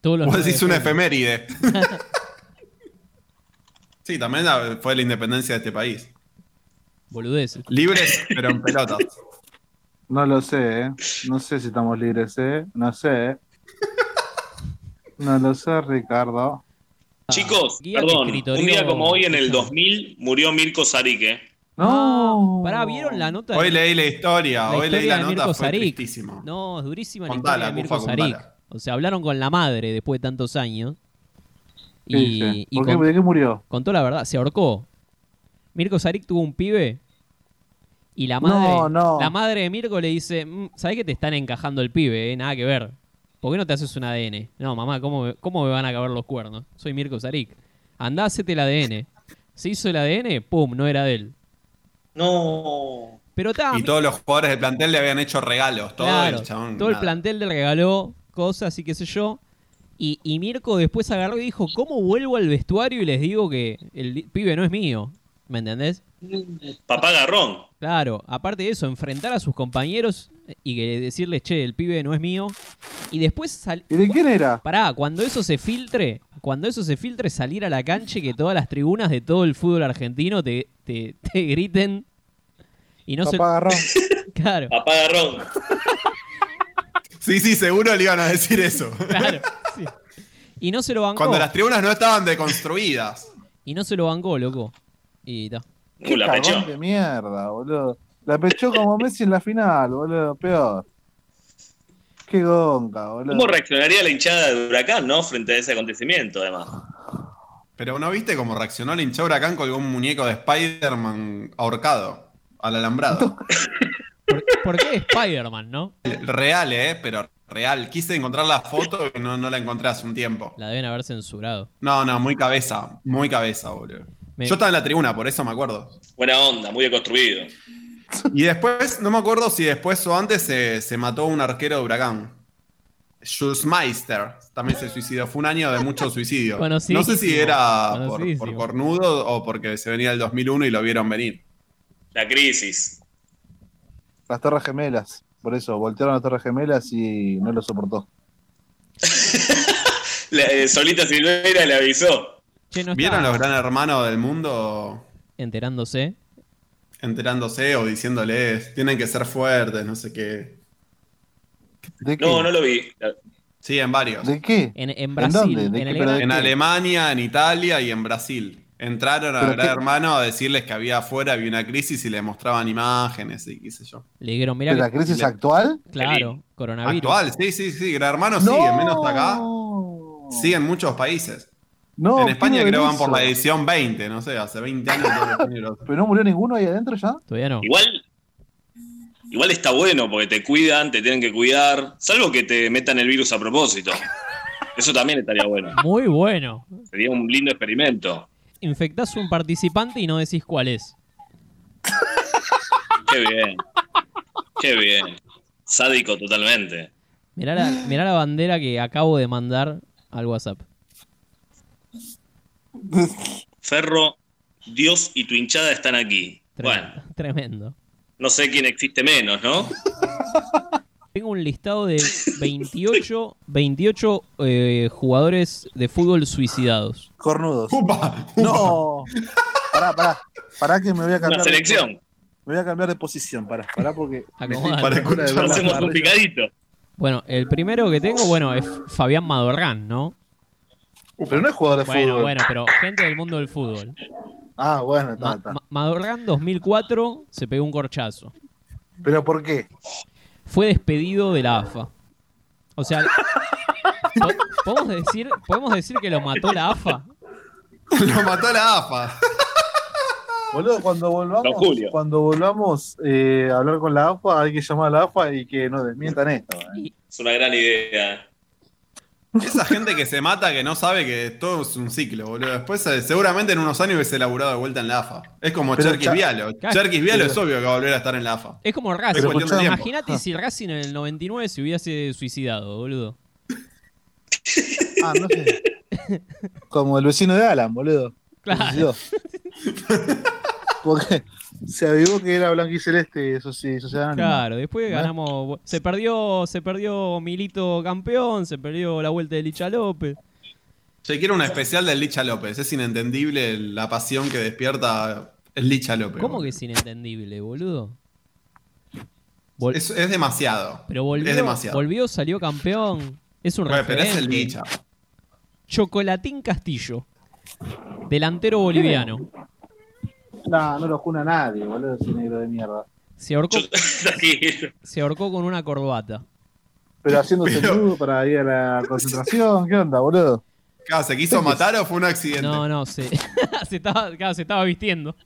Speaker 2: Todos los
Speaker 3: Vos
Speaker 2: nueve
Speaker 3: decís una
Speaker 2: fueron.
Speaker 3: efeméride. sí, también la- fue la independencia de este país.
Speaker 2: Boludez.
Speaker 3: Libres, pero en pelotas.
Speaker 1: No lo sé, ¿eh? No sé si estamos libres, ¿eh? No sé. ¿eh? No lo sé, Ricardo.
Speaker 4: Chicos,
Speaker 2: Ah, Guía
Speaker 4: perdón,
Speaker 2: escritorio-
Speaker 4: un día como hoy en el
Speaker 2: Escuchá.
Speaker 4: 2000 murió Mirko eh. Sarique.
Speaker 1: No.
Speaker 2: Ah, pará, ¿vieron la nota?
Speaker 3: Hoy leí la historia,
Speaker 2: La
Speaker 3: hoy leí
Speaker 2: historia
Speaker 3: la
Speaker 2: de
Speaker 3: nota,
Speaker 2: Mirko
Speaker 3: fue
Speaker 2: Saric.
Speaker 3: tristísimo.
Speaker 2: No, es durísima la
Speaker 3: Contala,
Speaker 2: historia de Mirko
Speaker 3: Mufa,
Speaker 2: Saric.
Speaker 3: contala.
Speaker 2: O sea, hablaron con la madre después de tantos años.
Speaker 1: ¿Qué
Speaker 2: Y,
Speaker 1: dice?
Speaker 2: y
Speaker 1: ¿Por qué,
Speaker 2: con-
Speaker 1: ¿De qué murió?
Speaker 2: contó la verdad, se ahorcó. Mirko Saric tuvo un pibe. Y la
Speaker 1: No,
Speaker 2: madre,
Speaker 1: no.
Speaker 2: la madre de Mirko le dice, "Mm, ¿sabés que te están encajando el pibe? eh? Nada que ver. ¿Por qué no te haces un ADN? No, mamá, ¿cómo me, cómo me van a acabar los cuernos? Soy Mirko Saric. Andá, hacete el ADN. Se hizo el ADN, pum, no era de él.
Speaker 4: No.
Speaker 2: Pero está,
Speaker 3: Y todos los jugadores del plantel le habían hecho regalos. Todo
Speaker 2: Ah, Claro,
Speaker 3: el chabón.
Speaker 2: todo el
Speaker 3: nada.
Speaker 2: plantel le regaló cosas y qué sé yo. Y, y Mirko después agarró y dijo, ¿cómo vuelvo al vestuario y les digo que el di- pibe no es mío? ¿Me entendés?
Speaker 4: Papá Garrón.
Speaker 2: Claro, aparte de eso, enfrentar a sus compañeros y que decirles, che, el pibe no es mío. Y después sal...
Speaker 1: ¿Y de quién era?
Speaker 2: Pará, cuando eso se filtre, cuando eso se filtre, salir a la cancha y que todas las tribunas de todo el fútbol argentino te, te- te griten. Y no
Speaker 1: Papá Garrón.
Speaker 2: se... Claro,
Speaker 4: Papá Garrón.
Speaker 3: Sí, sí, seguro le iban a decir eso.
Speaker 2: claro. sí. Y no se lo bancó.
Speaker 3: Cuando las tribunas no estaban deconstruidas.
Speaker 2: Y no se lo bancó, loco. Y ta.
Speaker 4: Uh, la
Speaker 1: Cagón
Speaker 4: pechó.
Speaker 1: de mierda, boludo. La pechó como Messi en la final, boludo. Peor. Qué gonca,
Speaker 4: ¿Cómo
Speaker 1: boludo.
Speaker 4: reaccionaría la hinchada de Huracán, no? Frente a ese acontecimiento, además.
Speaker 3: Pero ¿no viste cómo reaccionó el hincha Huracán? Colgó un muñeco de Spider-Man ahorcado al alambrado.
Speaker 2: ¿Por, por qué Spider-Man, no?
Speaker 3: Real, ¿eh? Pero real. Quise encontrar la foto y no, no la encontré hace un tiempo.
Speaker 2: La deben haber censurado.
Speaker 3: No, no, muy cabeza. Muy cabeza, boludo.
Speaker 2: Me-
Speaker 3: Yo estaba en la tribuna, por eso me acuerdo.
Speaker 4: Buena onda, muy construido.
Speaker 3: Y después, no me acuerdo si después o antes se, se mató un arquero de Huracán. Schulzmeister también se suicidó. Fue un año de muchos suicidios.
Speaker 2: Conocidísimo.
Speaker 3: No sé si era por,
Speaker 2: Conocidísimo.
Speaker 3: por cornudo o porque se venía el 2001 y lo vieron venir.
Speaker 4: La crisis.
Speaker 1: Las Torres Gemelas. Por eso, voltearon las Torres Gemelas y no lo soportó.
Speaker 4: La- eh, Solita Silveira le avisó.
Speaker 2: Che, no está
Speaker 3: ¿Vieron los gran hermanos del mundo
Speaker 2: enterándose.
Speaker 3: enterándose o diciéndoles tienen que ser fuertes, no sé qué?
Speaker 1: ¿De qué?
Speaker 4: No, no lo vi. La-
Speaker 3: Sí, en varios.
Speaker 1: ¿De qué?
Speaker 2: En, en Brasil,
Speaker 1: dónde? ¿De
Speaker 2: en
Speaker 1: qué-
Speaker 2: el
Speaker 1: pero de
Speaker 2: gran-
Speaker 3: En Alemania, en Italia y en Brasil. Entraron a
Speaker 1: ¿Pero
Speaker 3: Gran
Speaker 1: qué?
Speaker 3: Hermano a decirles que había afuera, había una crisis y le mostraban imágenes y qué sé yo.
Speaker 2: Le dijeron, mira,
Speaker 1: ¿De la crisis actual?
Speaker 2: claro, coronavirus.
Speaker 3: Actual, sí, sí, sí. Gran Hermano
Speaker 1: no.
Speaker 3: sigue, menos hasta acá. Sigue en muchos países.
Speaker 1: No,
Speaker 3: en España
Speaker 1: quiero ver
Speaker 3: creo van por la
Speaker 1: eso.
Speaker 3: edición 20, no sé, hace 20 años. que no tiene los-
Speaker 1: ¿Pero no murió ninguno ahí adentro ya?
Speaker 2: Todavía no.
Speaker 4: Igual, igual está bueno porque te cuidan, te tienen que cuidar. Salvo que te metan el virus a propósito. Eso también estaría bueno.
Speaker 2: Muy bueno.
Speaker 4: Sería un lindo experimento.
Speaker 2: Infectás un participante y no decís cuál es.
Speaker 4: Qué bien. Qué bien. Sádico totalmente.
Speaker 2: Mirá la, mirá la bandera que acabo de mandar al WhatsApp.
Speaker 4: Ferro, Dios y tu hinchada están aquí.
Speaker 2: Tremendo.
Speaker 4: Bueno,
Speaker 2: Tremendo.
Speaker 4: no sé quién existe menos, ¿no?
Speaker 2: Tengo un listado de 28, 28 eh, jugadores de fútbol suicidados.
Speaker 1: Cornudos.
Speaker 3: ¡Upa!
Speaker 1: No. Pará, pará. Pará que me voy a cambiar.
Speaker 4: Una
Speaker 1: de-
Speaker 4: selección.
Speaker 1: me voy a cambiar de posición. Pará, pará porque.
Speaker 2: Acomodate.
Speaker 3: Para
Speaker 1: Fuera de
Speaker 3: escuchar.
Speaker 1: bola,
Speaker 4: Hacemos un
Speaker 1: barrio.
Speaker 4: picadito.
Speaker 2: Bueno, el primero que tengo, bueno, es Fabián Madorrán, ¿no?
Speaker 1: Pero no es jugador de
Speaker 2: Bueno,
Speaker 1: fútbol.
Speaker 2: bueno, pero gente del mundo del fútbol.
Speaker 1: Ah, bueno,
Speaker 2: Ma-
Speaker 1: está, está.
Speaker 2: Ma- Madorrán 2004 se pegó un corchazo.
Speaker 1: ¿Pero por qué?
Speaker 2: Fue despedido de la AFA. O sea, po- ¿podemos decir, podemos decir que lo mató la AFA?
Speaker 3: Lo mató la AFA.
Speaker 1: Boludo, cuando volvamos,
Speaker 4: Don Julio.
Speaker 1: cuando volvamos eh, a hablar con la AFA, hay que llamar a la AFA y que nos desmientan esto. eh.
Speaker 4: Es una gran idea.
Speaker 3: Esa gente que se mata que no sabe que todo es un ciclo, boludo. Después, eh, seguramente en unos años hubiese laburado de vuelta en la AFA. Es como
Speaker 1: Pero
Speaker 3: Cherkis
Speaker 1: ya-
Speaker 3: Vialo.
Speaker 2: Claro.
Speaker 3: Cherkis Vialo
Speaker 1: Pero-
Speaker 3: es obvio que va a volver a estar en la AFA.
Speaker 2: Es como
Speaker 3: Pero
Speaker 2: Racing.
Speaker 3: escuchá-
Speaker 2: Imagínate si Racing en el 99 se hubiese suicidado, boludo.
Speaker 1: Ah, no sé. Como el vecino de Alan, boludo. Suicidó.
Speaker 2: Claro.
Speaker 1: Porque se avivó que era blanquiceleste, eso sí, sociedad anónima.
Speaker 2: Claro, después
Speaker 1: Ah, ¿No?
Speaker 2: ganamos. Se perdió, se perdió Milito campeón, se perdió la vuelta de Licha López.
Speaker 3: Che, quiero un especial del Licha López. Es inentendible la pasión que despierta el Licha López.
Speaker 2: ¿Cómo que
Speaker 3: boludo.
Speaker 2: es inentendible, boludo? Vol-
Speaker 3: Es, es demasiado.
Speaker 2: pero volvió,
Speaker 3: es demasiado.
Speaker 2: volvió, salió campeón. Es un
Speaker 3: Bueno, pero es el
Speaker 2: referente.
Speaker 3: Licha.
Speaker 2: Chocolatín Castillo, delantero boliviano.
Speaker 1: No, no lo juna nadie, boludo, ese negro de mierda.
Speaker 2: Se ahorcó,
Speaker 4: Yo- tranquilo.
Speaker 2: se ahorcó con una corbata.
Speaker 1: Pero haciéndose
Speaker 3: Pero-
Speaker 1: nudo para ir a la concentración, ¿qué onda, boludo?
Speaker 3: Claro, ¿Se quiso matar o fue un accidente?
Speaker 2: No, no, se, se, estaba, claro, se estaba vistiendo.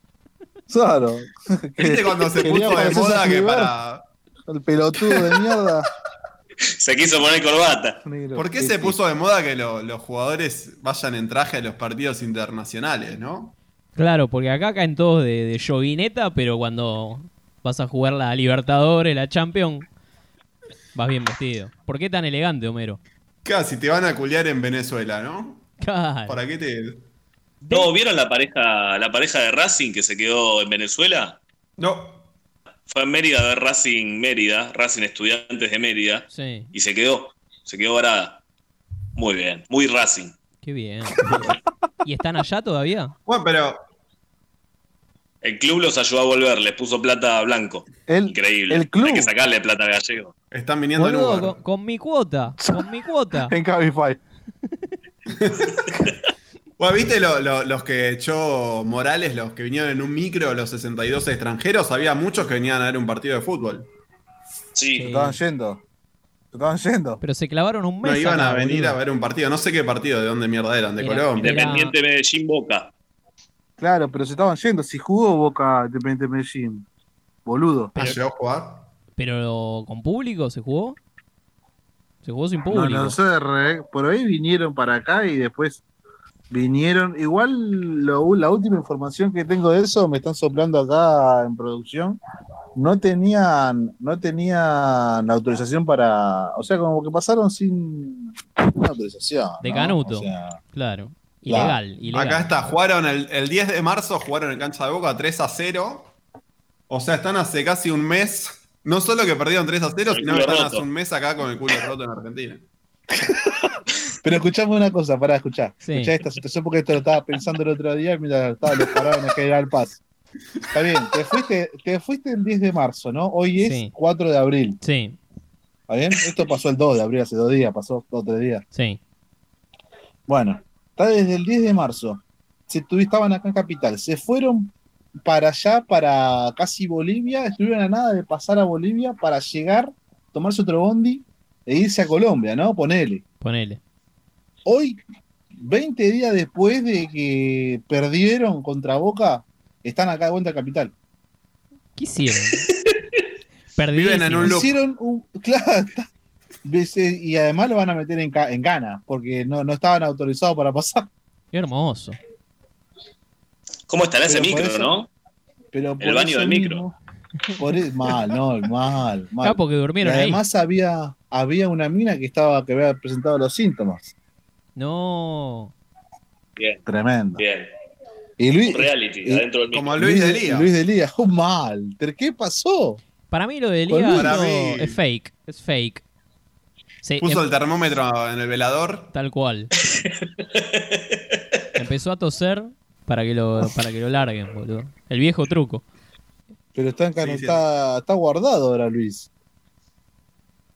Speaker 1: Claro.
Speaker 2: eh,
Speaker 3: ¿Viste cuando se
Speaker 1: Quería
Speaker 3: puso de
Speaker 1: parecerse a
Speaker 3: moda
Speaker 1: su
Speaker 3: que
Speaker 1: rival.
Speaker 3: para.
Speaker 1: El pelotudo de mierda.
Speaker 4: Se quiso poner corbata.
Speaker 1: Negro.
Speaker 3: ¿Por qué
Speaker 1: Sí,
Speaker 3: se
Speaker 1: sí.
Speaker 3: puso de moda que lo- los jugadores vayan en traje a los partidos internacionales, no?
Speaker 2: Claro, porque acá caen todos de, de joguineta, pero cuando vas a jugar la Libertadores, la Champions, vas bien vestido. ¿Por qué tan elegante, Homero?
Speaker 3: Casi te van a culiar en Venezuela, ¿no?
Speaker 2: Claro.
Speaker 3: ¿Para qué te.?
Speaker 4: No, ¿vieron la pareja, la pareja de Racing que se quedó en Venezuela?
Speaker 3: No.
Speaker 4: Fue en Mérida a ver Racing Mérida, Racing Estudiantes de Mérida,
Speaker 2: Sí,
Speaker 4: y se quedó, se quedó varada. Muy bien, muy Racing.
Speaker 2: qué bien. ¿Y están allá todavía?
Speaker 3: Bueno, pero.
Speaker 4: El club los ayudó a volver, les puso plata a Blanco.
Speaker 1: El,
Speaker 4: Increíble.
Speaker 1: el club
Speaker 4: Hay que sacarle plata a Gallego.
Speaker 3: Están viniendo en
Speaker 2: Boludo,
Speaker 3: Uber.
Speaker 2: con, con mi cuota, con mi cuota.
Speaker 1: en Cabify.
Speaker 3: Bueno, ¿viste lo- lo- los que echó Morales, los que vinieron en un micro, los 62 extranjeros? Había muchos que venían a ver un partido de fútbol.
Speaker 4: Sí.
Speaker 1: Se estaban yendo. Se estaban yendo.
Speaker 2: Pero se clavaron un mes.
Speaker 3: No iban
Speaker 2: acá,
Speaker 3: a venir
Speaker 2: boludo.
Speaker 3: a ver un partido. No sé qué partido, de dónde mierda eran, de
Speaker 2: Era-
Speaker 3: Colombia.
Speaker 2: era-
Speaker 4: Independiente Medellín Boca.
Speaker 1: Claro, pero se estaban yendo. Si jugó Boca Independiente de Medellín. Boludo.
Speaker 3: Ah, llegó a jugar?
Speaker 2: Pero con público se jugó. Se jugó sin
Speaker 1: No,
Speaker 2: público.
Speaker 1: no sé, re- por ahí vinieron para acá y después Vinieron, igual lo- la última información que tengo de eso, me están soplando acá en producción, no tenían, no tenían autorización para, o sea, como que pasaron sin una autorización.
Speaker 2: De
Speaker 1: ¿no?
Speaker 2: canuto.
Speaker 1: O sea,
Speaker 2: Claro.
Speaker 1: Claro.
Speaker 2: Ilegal, ilegal.
Speaker 3: Acá está, jugaron el, el 10 de marzo, jugaron en cancha de Boca 3 a 0. O sea, están hace casi un mes. No solo que perdieron 3 a 0,
Speaker 4: El
Speaker 3: sino que
Speaker 4: culo
Speaker 3: están
Speaker 4: roto.
Speaker 3: hace un mes acá con el culo roto en Argentina.
Speaker 1: pero escuchame una cosa, para escuchar.
Speaker 2: Sí.
Speaker 1: Escuchá esta situación porque esto lo estaba pensando el otro día mientras estaba los pararon en General Paz. Está bien, te fuiste, te fuiste el 10 de marzo, ¿no? Hoy es
Speaker 2: Sí.
Speaker 1: 4 de abril.
Speaker 2: Sí,
Speaker 1: ¿Está bien? Esto pasó el 2 de abril, hace dos días, pasó dos o tres días.
Speaker 2: sí.
Speaker 1: Bueno, está desde el 10 de marzo. Se tuvi- estaban acá en Capital. Se fueron para allá, para casi Bolivia. Estuvieron a nada de pasar a Bolivia para llegar, tomarse otro bondi e irse a Colombia, ¿no? Ponele.
Speaker 2: Ponele.
Speaker 1: Hoy, 20 días después de que perdieron contra Boca, están acá de vuelta a Capital.
Speaker 2: ¿Qué hicieron? Perdidísimos.
Speaker 3: Viven en un loop.
Speaker 1: Hicieron un. Claro, está- ves, eh, y además lo van a meter en, ca- en Ghana, porque no, no estaban autorizados para pasar.
Speaker 2: Qué hermoso.
Speaker 4: ¿Cómo estará ese
Speaker 1: Pero por
Speaker 4: micro,
Speaker 1: eso-
Speaker 4: no?
Speaker 1: Pero por
Speaker 4: baño
Speaker 1: eso
Speaker 4: del micro.
Speaker 1: mismo- por e- mal, no, mal, mal.
Speaker 2: Acá porque
Speaker 1: Y
Speaker 2: durmieron ahí.
Speaker 1: además había, había una mina que estaba que había presentado los síntomas.
Speaker 2: No.
Speaker 4: Bien,
Speaker 1: Tremendo.
Speaker 4: bien.
Speaker 1: Y Luis,
Speaker 4: Reality,
Speaker 1: y-
Speaker 4: adentro del micro.
Speaker 3: Como Luis de Lía.
Speaker 1: Luis de Lía, oh, mal. ¿Pero ¿Qué pasó?
Speaker 2: Para mí lo de
Speaker 1: Boludo.
Speaker 2: Liga
Speaker 3: Para
Speaker 2: no,
Speaker 3: mí-
Speaker 2: es fake. Es fake. Se-
Speaker 3: Puso
Speaker 2: em-
Speaker 3: el termómetro en el velador.
Speaker 2: Tal cual. Empezó a toser para que lo, para que lo larguen, boludo. El viejo truco.
Speaker 1: Pero está, enca-
Speaker 3: Sí, sí.
Speaker 1: está, está guardado ahora Luis.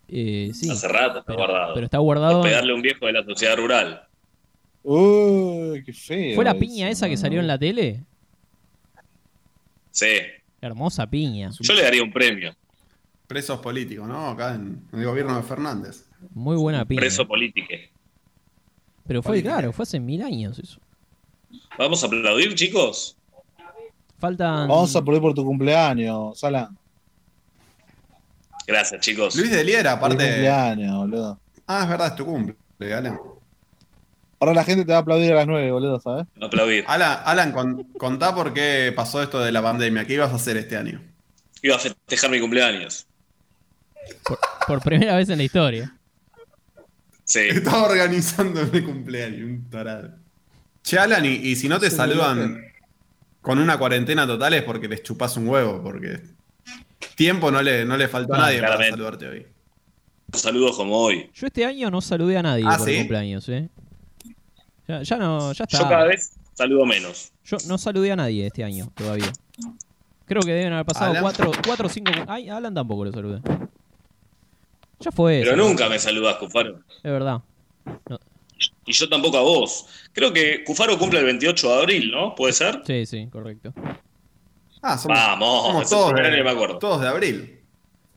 Speaker 2: Eh, sí.
Speaker 4: Hace rato está
Speaker 2: Pero,
Speaker 4: guardado.
Speaker 2: pero
Speaker 4: Por
Speaker 2: está guardado.
Speaker 4: pegarle a un viejo de la sociedad rural.
Speaker 1: Uy, qué feo.
Speaker 2: ¿Fue la
Speaker 1: eso,
Speaker 2: piña esa que
Speaker 1: no,
Speaker 2: salió en la tele?
Speaker 4: Sí.
Speaker 2: Hermosa piña.
Speaker 4: Yo le daría un premio.
Speaker 3: Presos políticos, ¿no? Acá en, en el gobierno de Fernández.
Speaker 2: Muy buena piña.
Speaker 4: Preso político.
Speaker 2: Pero fue,
Speaker 3: política.
Speaker 2: claro, fue hace mil años eso.
Speaker 4: ¿Vamos a aplaudir, chicos?
Speaker 2: Faltan.
Speaker 1: Vamos a poner por tu cumpleaños, Sala.
Speaker 4: Gracias, chicos.
Speaker 3: Luis de Lía era
Speaker 1: Por tu
Speaker 3: parte.
Speaker 1: cumpleaños, boludo.
Speaker 3: Ah, es verdad, es tu cumple, Alan.
Speaker 1: Ahora la gente te va a aplaudir a las 9, boludo, ¿sabes?
Speaker 4: Aplaudir.
Speaker 3: Alan, Alan, con- contá por qué pasó esto de la pandemia. ¿Qué ibas a hacer este año?
Speaker 4: Iba a festejar mi cumpleaños.
Speaker 2: Por, por primera vez en la historia.
Speaker 4: Sí.
Speaker 3: Estaba organizando mi cumpleaños, un tarado. Che, Alan, y, y si no te
Speaker 1: Sí,
Speaker 3: saludan con una cuarentena total es porque les chupas un huevo, porque tiempo no le, no le faltó a
Speaker 2: No,
Speaker 3: nadie para
Speaker 4: Ah, claramente.
Speaker 3: saludarte hoy.
Speaker 4: Saludos como hoy.
Speaker 2: Yo este año no saludé a nadie
Speaker 3: Ah,
Speaker 2: por
Speaker 3: ¿sí?
Speaker 2: el cumpleaños, ¿eh? Ya, ya no, ya está.
Speaker 4: Yo cada vez saludo menos.
Speaker 2: Yo no saludé a nadie este año todavía. Creo que deben haber pasado
Speaker 3: Alan.
Speaker 2: cuatro, cuatro o cinco. Ay, a Alan tampoco lo saludé. Ya fue
Speaker 4: Pero
Speaker 2: eso.
Speaker 4: nunca me saludas, Cufaro.
Speaker 2: Es verdad.
Speaker 4: Y yo tampoco a vos. Creo que Cufaro cumple el 28 de abril, ¿no? ¿Puede ser?
Speaker 2: Sí, sí, correcto.
Speaker 3: Ah, somos,
Speaker 4: Vamos,
Speaker 3: somos
Speaker 4: es el
Speaker 3: todos,
Speaker 4: cumpleaños,
Speaker 3: de,
Speaker 4: me acuerdo.
Speaker 3: todos de abril.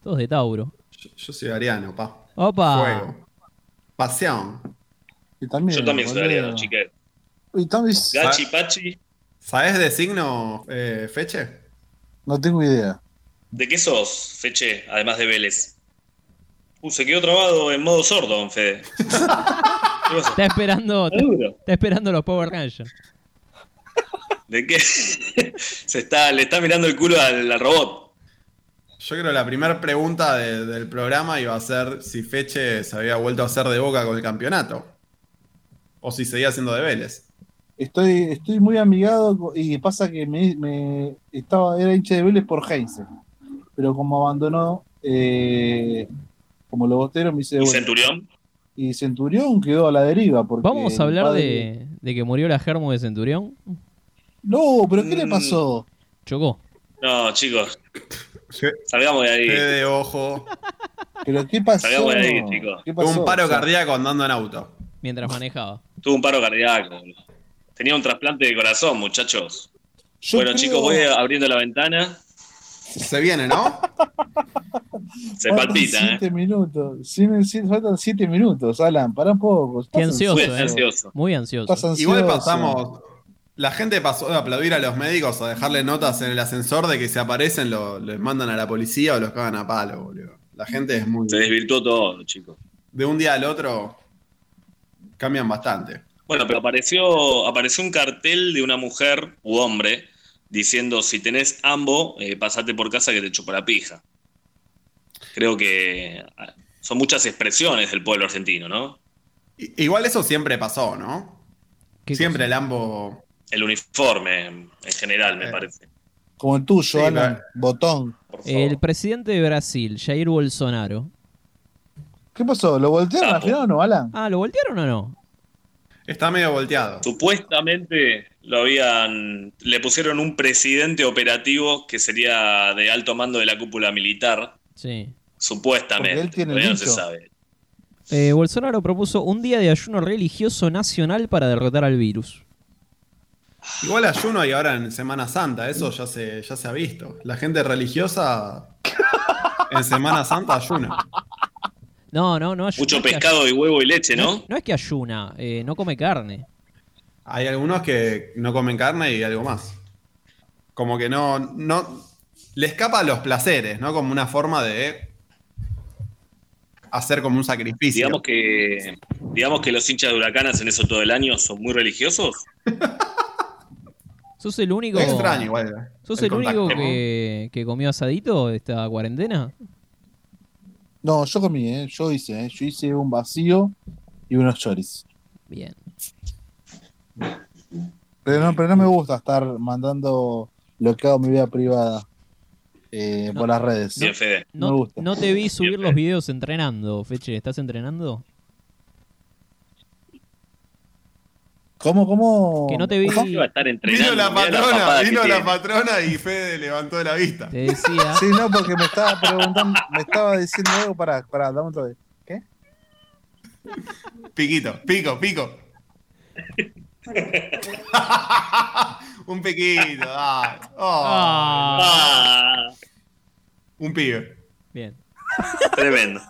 Speaker 2: Todos de Tauro.
Speaker 3: Yo, yo soy ariano, pa.
Speaker 2: Opa.
Speaker 3: Fuego. Pasión.
Speaker 1: Y también,
Speaker 4: Yo también soy
Speaker 1: boludo.
Speaker 4: ariano, chiques.
Speaker 1: Y también,
Speaker 4: Gachi, Pachi,
Speaker 3: ¿Sabés de signo, eh, Feche?
Speaker 1: no tengo idea.
Speaker 4: ¿de qué sos, Feche, además de Vélez? Uh, se quedó trabado en modo sordo, don Fede. ¿Qué pasa?
Speaker 2: Está esperando, está,
Speaker 4: Seguro.
Speaker 2: está esperando los Power Rangers.
Speaker 4: ¿De qué? se está, le está mirando el culo al, al robot.
Speaker 3: Yo creo que la primera pregunta de- del programa iba a ser si Feche se había vuelto a hacer de boca con el campeonato. O si seguía siendo de Vélez.
Speaker 1: Estoy, estoy muy amigado co- y pasa que me, me- estaba, era hincha de Vélez por Heinze. Pero como abandonó, eh, como los boteros me hice de
Speaker 4: ¿Y
Speaker 1: Vélez.
Speaker 4: Centurión?
Speaker 1: Y Centurión quedó a la deriva. Porque
Speaker 2: Vamos
Speaker 1: el
Speaker 2: a hablar
Speaker 1: padre-
Speaker 2: de, de que murió la Germo de Centurión.
Speaker 1: No, pero ¿qué le
Speaker 4: Mm.
Speaker 1: pasó?
Speaker 2: Chocó.
Speaker 4: No, chicos,
Speaker 3: Fe-
Speaker 4: salgamos de ahí.
Speaker 3: Fede, ojo.
Speaker 1: ¿Pero qué pasó?
Speaker 4: Salgamos de ahí, chicos.
Speaker 1: ¿Qué pasó?
Speaker 3: Un paro
Speaker 1: O sea,
Speaker 3: cardíaco andando en auto.
Speaker 2: Mientras manejaba.
Speaker 4: Tuvo un paro cardíaco. Tenía un trasplante de corazón, muchachos.
Speaker 1: yo
Speaker 4: bueno,
Speaker 1: creo-
Speaker 4: chicos, voy abriendo la ventana.
Speaker 3: Se viene, ¿no?
Speaker 4: Se
Speaker 1: faltan
Speaker 4: palpita, ¿eh?
Speaker 1: siete minutos. Sí, me- sí, faltan siete minutos, Alan. Para un poco.
Speaker 2: Qué
Speaker 1: Estás
Speaker 2: ansioso,
Speaker 4: Muy
Speaker 2: eh.
Speaker 4: ansioso.
Speaker 2: Muy ansioso.
Speaker 1: Estás ansioso.
Speaker 3: Igual pasamos. La gente pasó de aplaudir a los médicos a dejarle notas en el ascensor de que se aparecen, lo, les mandan a la policía o los cagan a palo, boludo. La gente es muy.
Speaker 4: Se desvirtuó todo, chicos.
Speaker 3: De un día al otro cambian bastante.
Speaker 4: Bueno, pero apareció, apareció un cartel de una mujer u hombre diciendo, si tenés ambo, eh, pasate por casa que te chupa la pija. Creo que ah, son muchas expresiones del pueblo argentino, ¿no?
Speaker 3: I- Igual eso siempre pasó, ¿no?
Speaker 2: ¿Qué
Speaker 3: Siempre el ambo.
Speaker 4: El uniforme en general, me
Speaker 3: Eh.
Speaker 4: parece.
Speaker 1: Como el tuyo,
Speaker 3: Sí,
Speaker 1: Alan,
Speaker 3: claro.
Speaker 1: botón.
Speaker 4: Por favor.
Speaker 2: El presidente de Brasil, Jair Bolsonaro.
Speaker 1: ¿Qué pasó? ¿Lo voltearon al
Speaker 4: Capo.
Speaker 1: final o no, Alan?
Speaker 2: Ah, ¿lo voltearon o no?
Speaker 3: Está medio volteado.
Speaker 4: Supuestamente lo habían, le pusieron un presidente operativo que sería de alto mando de la cúpula militar,
Speaker 2: Sí.
Speaker 4: supuestamente.
Speaker 1: Porque él tiene el
Speaker 4: Todavía no se
Speaker 1: bicho.
Speaker 4: sabe.
Speaker 2: Eh, Bolsonaro propuso un día de ayuno religioso nacional para derrotar al virus.
Speaker 3: Igual ayuno y ahora en Semana Santa, eso ya se, ya se ha visto. La gente religiosa en Semana Santa ayuna.
Speaker 2: No, no, no ayuna.
Speaker 4: Mucho
Speaker 2: es que
Speaker 4: pescado y huevo y leche,
Speaker 2: ayuna-
Speaker 4: ¿no?
Speaker 2: No es que ayuna, eh, no come carne.
Speaker 3: Hay algunos que no comen carne y algo más. Como que no, no le escapa a los placeres, ¿no? Como una forma de hacer como un sacrificio.
Speaker 4: Digamos que, digamos que los hinchas de huracanes en eso todo el año son muy religiosos.
Speaker 2: ¿Sos el único,
Speaker 3: Es extraño igual.
Speaker 2: ¿sos el único
Speaker 3: contacto, ¿no?
Speaker 2: que, que comió asadito esta cuarentena?
Speaker 1: No, yo comí, ¿eh? yo hice, ¿eh? yo hice un vacío y unos choris.
Speaker 2: Bien.
Speaker 1: Pero no, pero no me gusta estar mandando lo que hago en mi vida privada eh, por las redes.
Speaker 4: Bien, Fede.
Speaker 1: No
Speaker 2: No,
Speaker 1: me gusta.
Speaker 2: no te vi subir
Speaker 4: Bien,
Speaker 2: los
Speaker 4: Fede.
Speaker 2: videos entrenando, Feche. ¿Estás entrenando?
Speaker 1: ¿Cómo, cómo?
Speaker 2: Que no te vi.
Speaker 4: Iba a estar entrenando.
Speaker 3: Vino la
Speaker 4: mirá
Speaker 3: patrona,
Speaker 4: papada que
Speaker 3: vino la
Speaker 4: tiene.
Speaker 3: patrona y Fede levantó la vista.
Speaker 2: Te decía.
Speaker 1: Sí, no, porque me estaba preguntando, me estaba diciendo algo para, para, dame otra vez.
Speaker 3: Piquito, pico, pico. un piquito, dale. Oh,
Speaker 2: Ah,
Speaker 4: Ah,
Speaker 3: Un pibe.
Speaker 2: bien.
Speaker 4: tremendo.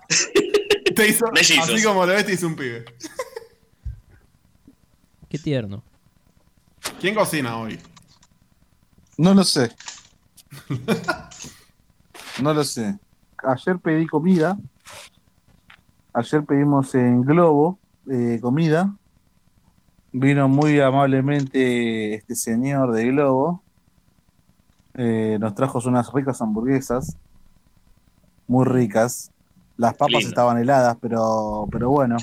Speaker 3: Te hizo,
Speaker 4: Mellizos.
Speaker 3: así como lo ves, te hizo un pibe.
Speaker 2: Qué tierno.
Speaker 3: ¿Quién cocina hoy?
Speaker 1: No lo sé. No lo sé. Ayer pedí comida. Ayer pedimos en Globo eh, comida. Vino muy amablemente este señor de Globo. Eh, nos trajo unas ricas hamburguesas. Muy ricas. Las papas
Speaker 4: Lindo.
Speaker 1: estaban heladas, pero, pero bueno.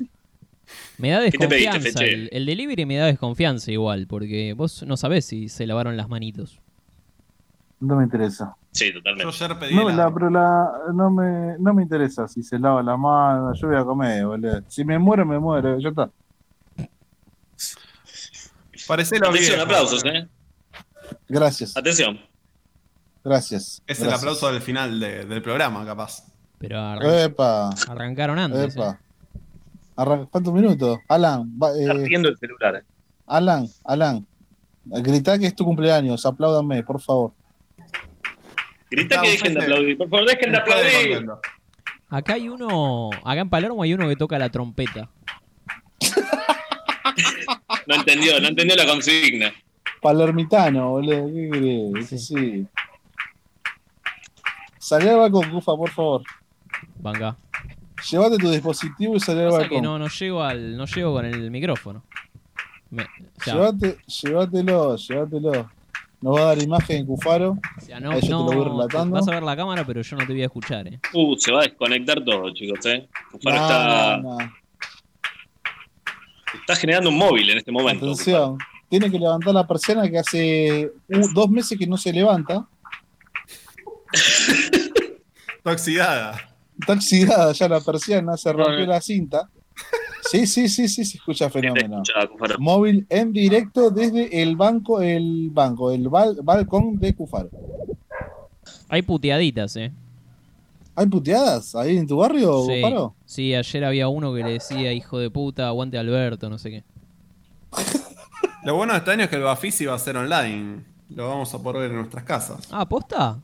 Speaker 2: Me da
Speaker 4: te pediste,
Speaker 2: desconfianza.
Speaker 4: Feche?
Speaker 2: el, el delivery me da desconfianza igual, porque vos no sabés si se lavaron las manitos.
Speaker 1: No me interesa.
Speaker 4: Sí,
Speaker 3: Yo
Speaker 4: totalmente.
Speaker 3: ayer pedí
Speaker 1: No,
Speaker 3: helado.
Speaker 1: la- pero la- no, me, no me interesa si se lava la mano. Yo voy a comer, boludo. Si me muero, me muero. Ya está.
Speaker 3: Parece la
Speaker 4: Atención,
Speaker 3: vieja.
Speaker 4: aplausos, ¿eh?
Speaker 1: Gracias,
Speaker 4: Atención.
Speaker 1: gracias.
Speaker 3: Es el
Speaker 1: gracias.
Speaker 3: aplauso del final de- del programa, capaz.
Speaker 2: Pero arran-
Speaker 1: Epa,
Speaker 2: arrancaron antes.
Speaker 1: Eh.
Speaker 2: eh.
Speaker 1: epa. Arran- ¿Cuántos minutos? Alan, va- eh,
Speaker 4: Está riendo el celular.
Speaker 1: Alan, Alan. Gritá que es tu cumpleaños. Apláudame, por favor.
Speaker 4: Grita
Speaker 3: Está
Speaker 4: que dejen de
Speaker 3: ausente.
Speaker 4: aplaudir. Por favor, dejen de
Speaker 3: Está
Speaker 4: aplaudir.
Speaker 3: contento.
Speaker 2: ¿eh? Acá hay uno. Acá en Palermo hay uno que toca la trompeta.
Speaker 4: No entendió, no entendió la consigna.
Speaker 1: Palermitano, boludo. ¿Qué querés? Sí. Salí al balcón, Cufa, por favor.
Speaker 2: Vanga.
Speaker 1: Llévate tu dispositivo y salí al
Speaker 2: Pasa que
Speaker 1: balcón.
Speaker 2: no, no llego al. No llego con el micrófono. Me- o sea,
Speaker 1: Llévate, llévatelo, llévatelo. Nos va a dar imagen, Cufaro.
Speaker 2: o sea, no,
Speaker 1: ahí yo te lo voy
Speaker 2: no-
Speaker 1: relatando.
Speaker 2: vas a ver la cámara, pero yo no te voy a escuchar, eh.
Speaker 4: Uh, se va a desconectar todo, chicos, ¿eh? Cufaro
Speaker 1: No,
Speaker 4: está,
Speaker 1: no, no.
Speaker 4: está generando un móvil en este momento.
Speaker 1: Atención, tiene que levantar la persiana que hace u- dos meses que no se levanta.
Speaker 3: Está oxidada.
Speaker 1: Está oxidada ya la persiana, se rompió la cinta. Sí, sí, sí, sí, se escucha
Speaker 4: Cufaro. Te
Speaker 1: fenómeno.
Speaker 4: escucha, Cufaro.
Speaker 1: Móvil en directo desde el banco, el banco, el bal- balcón de Cufaro.
Speaker 2: Hay puteaditas, eh.
Speaker 1: ¿Hay puteadas ahí en tu barrio,
Speaker 2: Sí.
Speaker 1: Cufaro?
Speaker 2: Sí, ayer había uno que le decía, hijo de puta, aguante Alberto, no sé qué.
Speaker 3: Lo bueno de este año es que el Bafisi va a ser online. Lo vamos a poder ver en nuestras casas.
Speaker 2: Ah, ¿posta?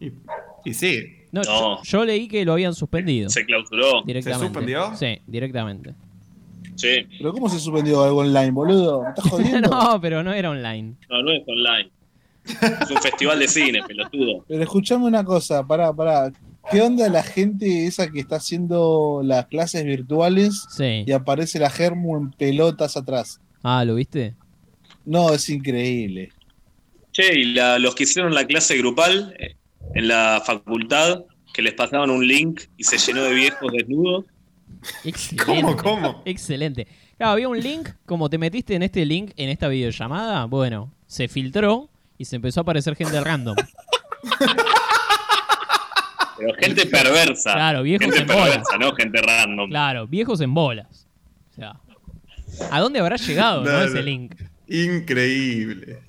Speaker 3: Y, y sí.
Speaker 2: No,
Speaker 4: No.
Speaker 2: Yo, yo leí que lo habían suspendido.
Speaker 4: Se clausuró.
Speaker 2: Directamente.
Speaker 3: ¿Se suspendió?
Speaker 2: Sí, directamente.
Speaker 4: Sí,
Speaker 1: ¿Pero cómo se suspendió algo online, boludo? ¿Me estás jodiendo?
Speaker 2: no, pero no era online.
Speaker 4: no, no es online. Es un festival de cine, pelotudo.
Speaker 1: Pero escuchame una cosa, pará, pará. ¿Qué onda la gente esa que está haciendo las clases virtuales
Speaker 2: Sí.
Speaker 1: y aparece la Germu en pelotas atrás?
Speaker 2: Ah, ¿lo viste?
Speaker 1: No, es increíble.
Speaker 4: Che, y la- los que hicieron la clase grupal eh, en la facultad, que les pasaban un link y se llenó de viejos desnudos.
Speaker 2: Excelente.
Speaker 3: ¿Cómo, cómo?
Speaker 2: Excelente. Claro, había un link, como te metiste en este link, en esta videollamada, bueno, se filtró y se empezó a aparecer gente random.
Speaker 4: Pero gente perversa.
Speaker 2: Claro, viejos
Speaker 4: Gente
Speaker 2: en bola.
Speaker 4: perversa, ¿no? Gente random.
Speaker 2: Claro, viejos en bolas. O sea, ¿a dónde habrá llegado no,
Speaker 3: No,
Speaker 2: ese
Speaker 3: no.
Speaker 2: link?
Speaker 3: Increíble.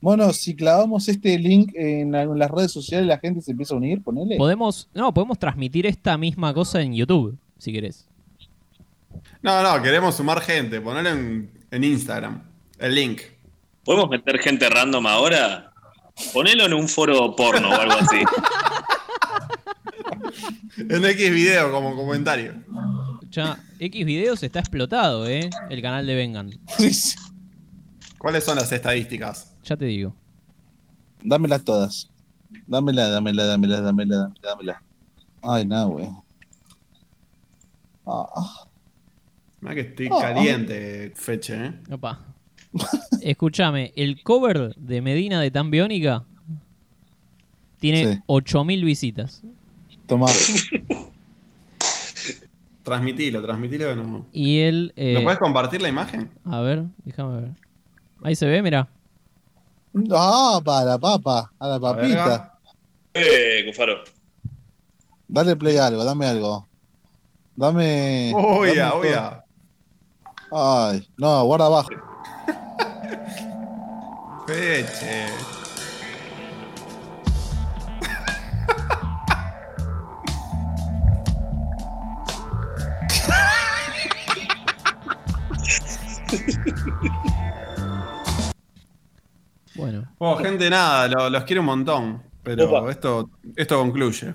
Speaker 1: Bueno, si clavamos este link en, en las redes sociales, la gente se empieza a unir, ponele.
Speaker 2: Podemos, no, podemos transmitir esta misma cosa en YouTube, si querés.
Speaker 3: No, no, queremos sumar gente. Poner en, en Instagram. El link.
Speaker 4: ¿Podemos meter gente random ahora? Ponelo en un foro porno o algo así.
Speaker 3: En X video como comentario.
Speaker 2: Ya, X videos está explotado, ¿eh? El canal de Vengan.
Speaker 3: ¿Cuáles son las estadísticas?
Speaker 2: Ya te digo.
Speaker 1: Dámelas todas. Dámela, dámela, dámela, dámela, dámela, dámela. Ay, no, güey. Ah,
Speaker 3: Mirá que estoy
Speaker 1: Oh.
Speaker 3: caliente, Feche, ¿eh?
Speaker 2: Opa. Escúchame, el cover de Medina de Tan Biónica tiene
Speaker 1: Sí.
Speaker 2: 8000 visitas.
Speaker 1: toma.
Speaker 3: Transmitilo, transmitilo que no.
Speaker 2: Y él. eh,
Speaker 3: ¿Lo puedes compartir la imagen?
Speaker 2: a ver, déjame ver. Ahí se ve, mira.
Speaker 1: Ah, para la papa, a la
Speaker 3: La
Speaker 1: papita.
Speaker 3: verga.
Speaker 4: Eh, Cufaro.
Speaker 1: Dale play a algo, dame algo.
Speaker 3: eh,
Speaker 1: Dame.
Speaker 3: Oya,
Speaker 1: dame todo.
Speaker 3: oya.
Speaker 1: Ay, no, guarda abajo.
Speaker 3: Feche.
Speaker 2: Bueno,
Speaker 3: Oh, gente, nada, lo- los quiero un montón. Pero
Speaker 4: Opa.
Speaker 3: esto, esto concluye.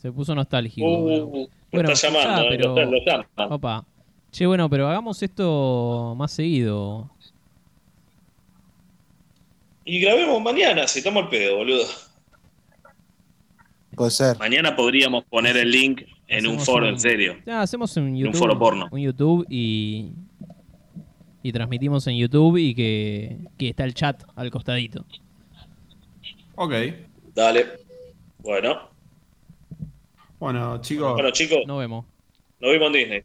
Speaker 2: se puso nostálgico. bueno.
Speaker 4: Uh, lo
Speaker 2: Bueno,
Speaker 4: está llamando,
Speaker 2: ah,
Speaker 4: eh,
Speaker 2: pero-
Speaker 4: lo, está- lo llaman.
Speaker 2: Opa. Che, bueno, pero hagamos esto más seguido.
Speaker 4: Y grabemos mañana, si estamos al pedo, boludo.
Speaker 1: Puede ser.
Speaker 4: Mañana podríamos poner el link en
Speaker 2: Hacemos
Speaker 4: un foro,
Speaker 2: un-
Speaker 4: en serio.
Speaker 2: Ya, hacemos un YouTube.
Speaker 4: foro porno.
Speaker 2: un YouTube y. Y transmitimos en YouTube y que, que está el chat al costadito.
Speaker 3: Ok.
Speaker 4: Dale. Bueno,
Speaker 3: Bueno, chicos.
Speaker 4: bueno chicos,
Speaker 2: Nos vemos.
Speaker 4: nos vimos en Disney.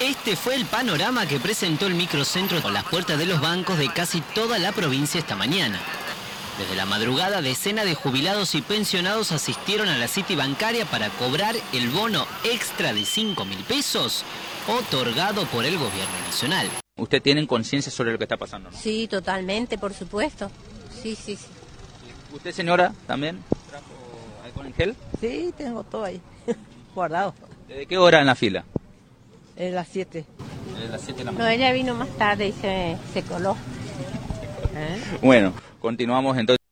Speaker 9: Este fue el panorama que presentó el microcentro con las puertas de los bancos de casi toda la provincia esta mañana. Desde la madrugada, decenas de jubilados y pensionados asistieron a la City Bancaria para cobrar el bono extra de 5 mil pesos otorgado por el gobierno nacional.
Speaker 10: Usted tienen conciencia sobre lo que está pasando, ¿no?
Speaker 7: Sí, totalmente, por supuesto. Sí, sí, sí.
Speaker 10: ¿Usted, señora, también trajo alcohol en gel?
Speaker 11: Sí, tengo todo ahí guardado.
Speaker 10: ¿Desde qué hora en la fila?
Speaker 11: Es las 7.
Speaker 10: Desde las 7 de la
Speaker 7: No, ella vino más tarde y se, se coló.
Speaker 10: Bueno, continuamos entonces.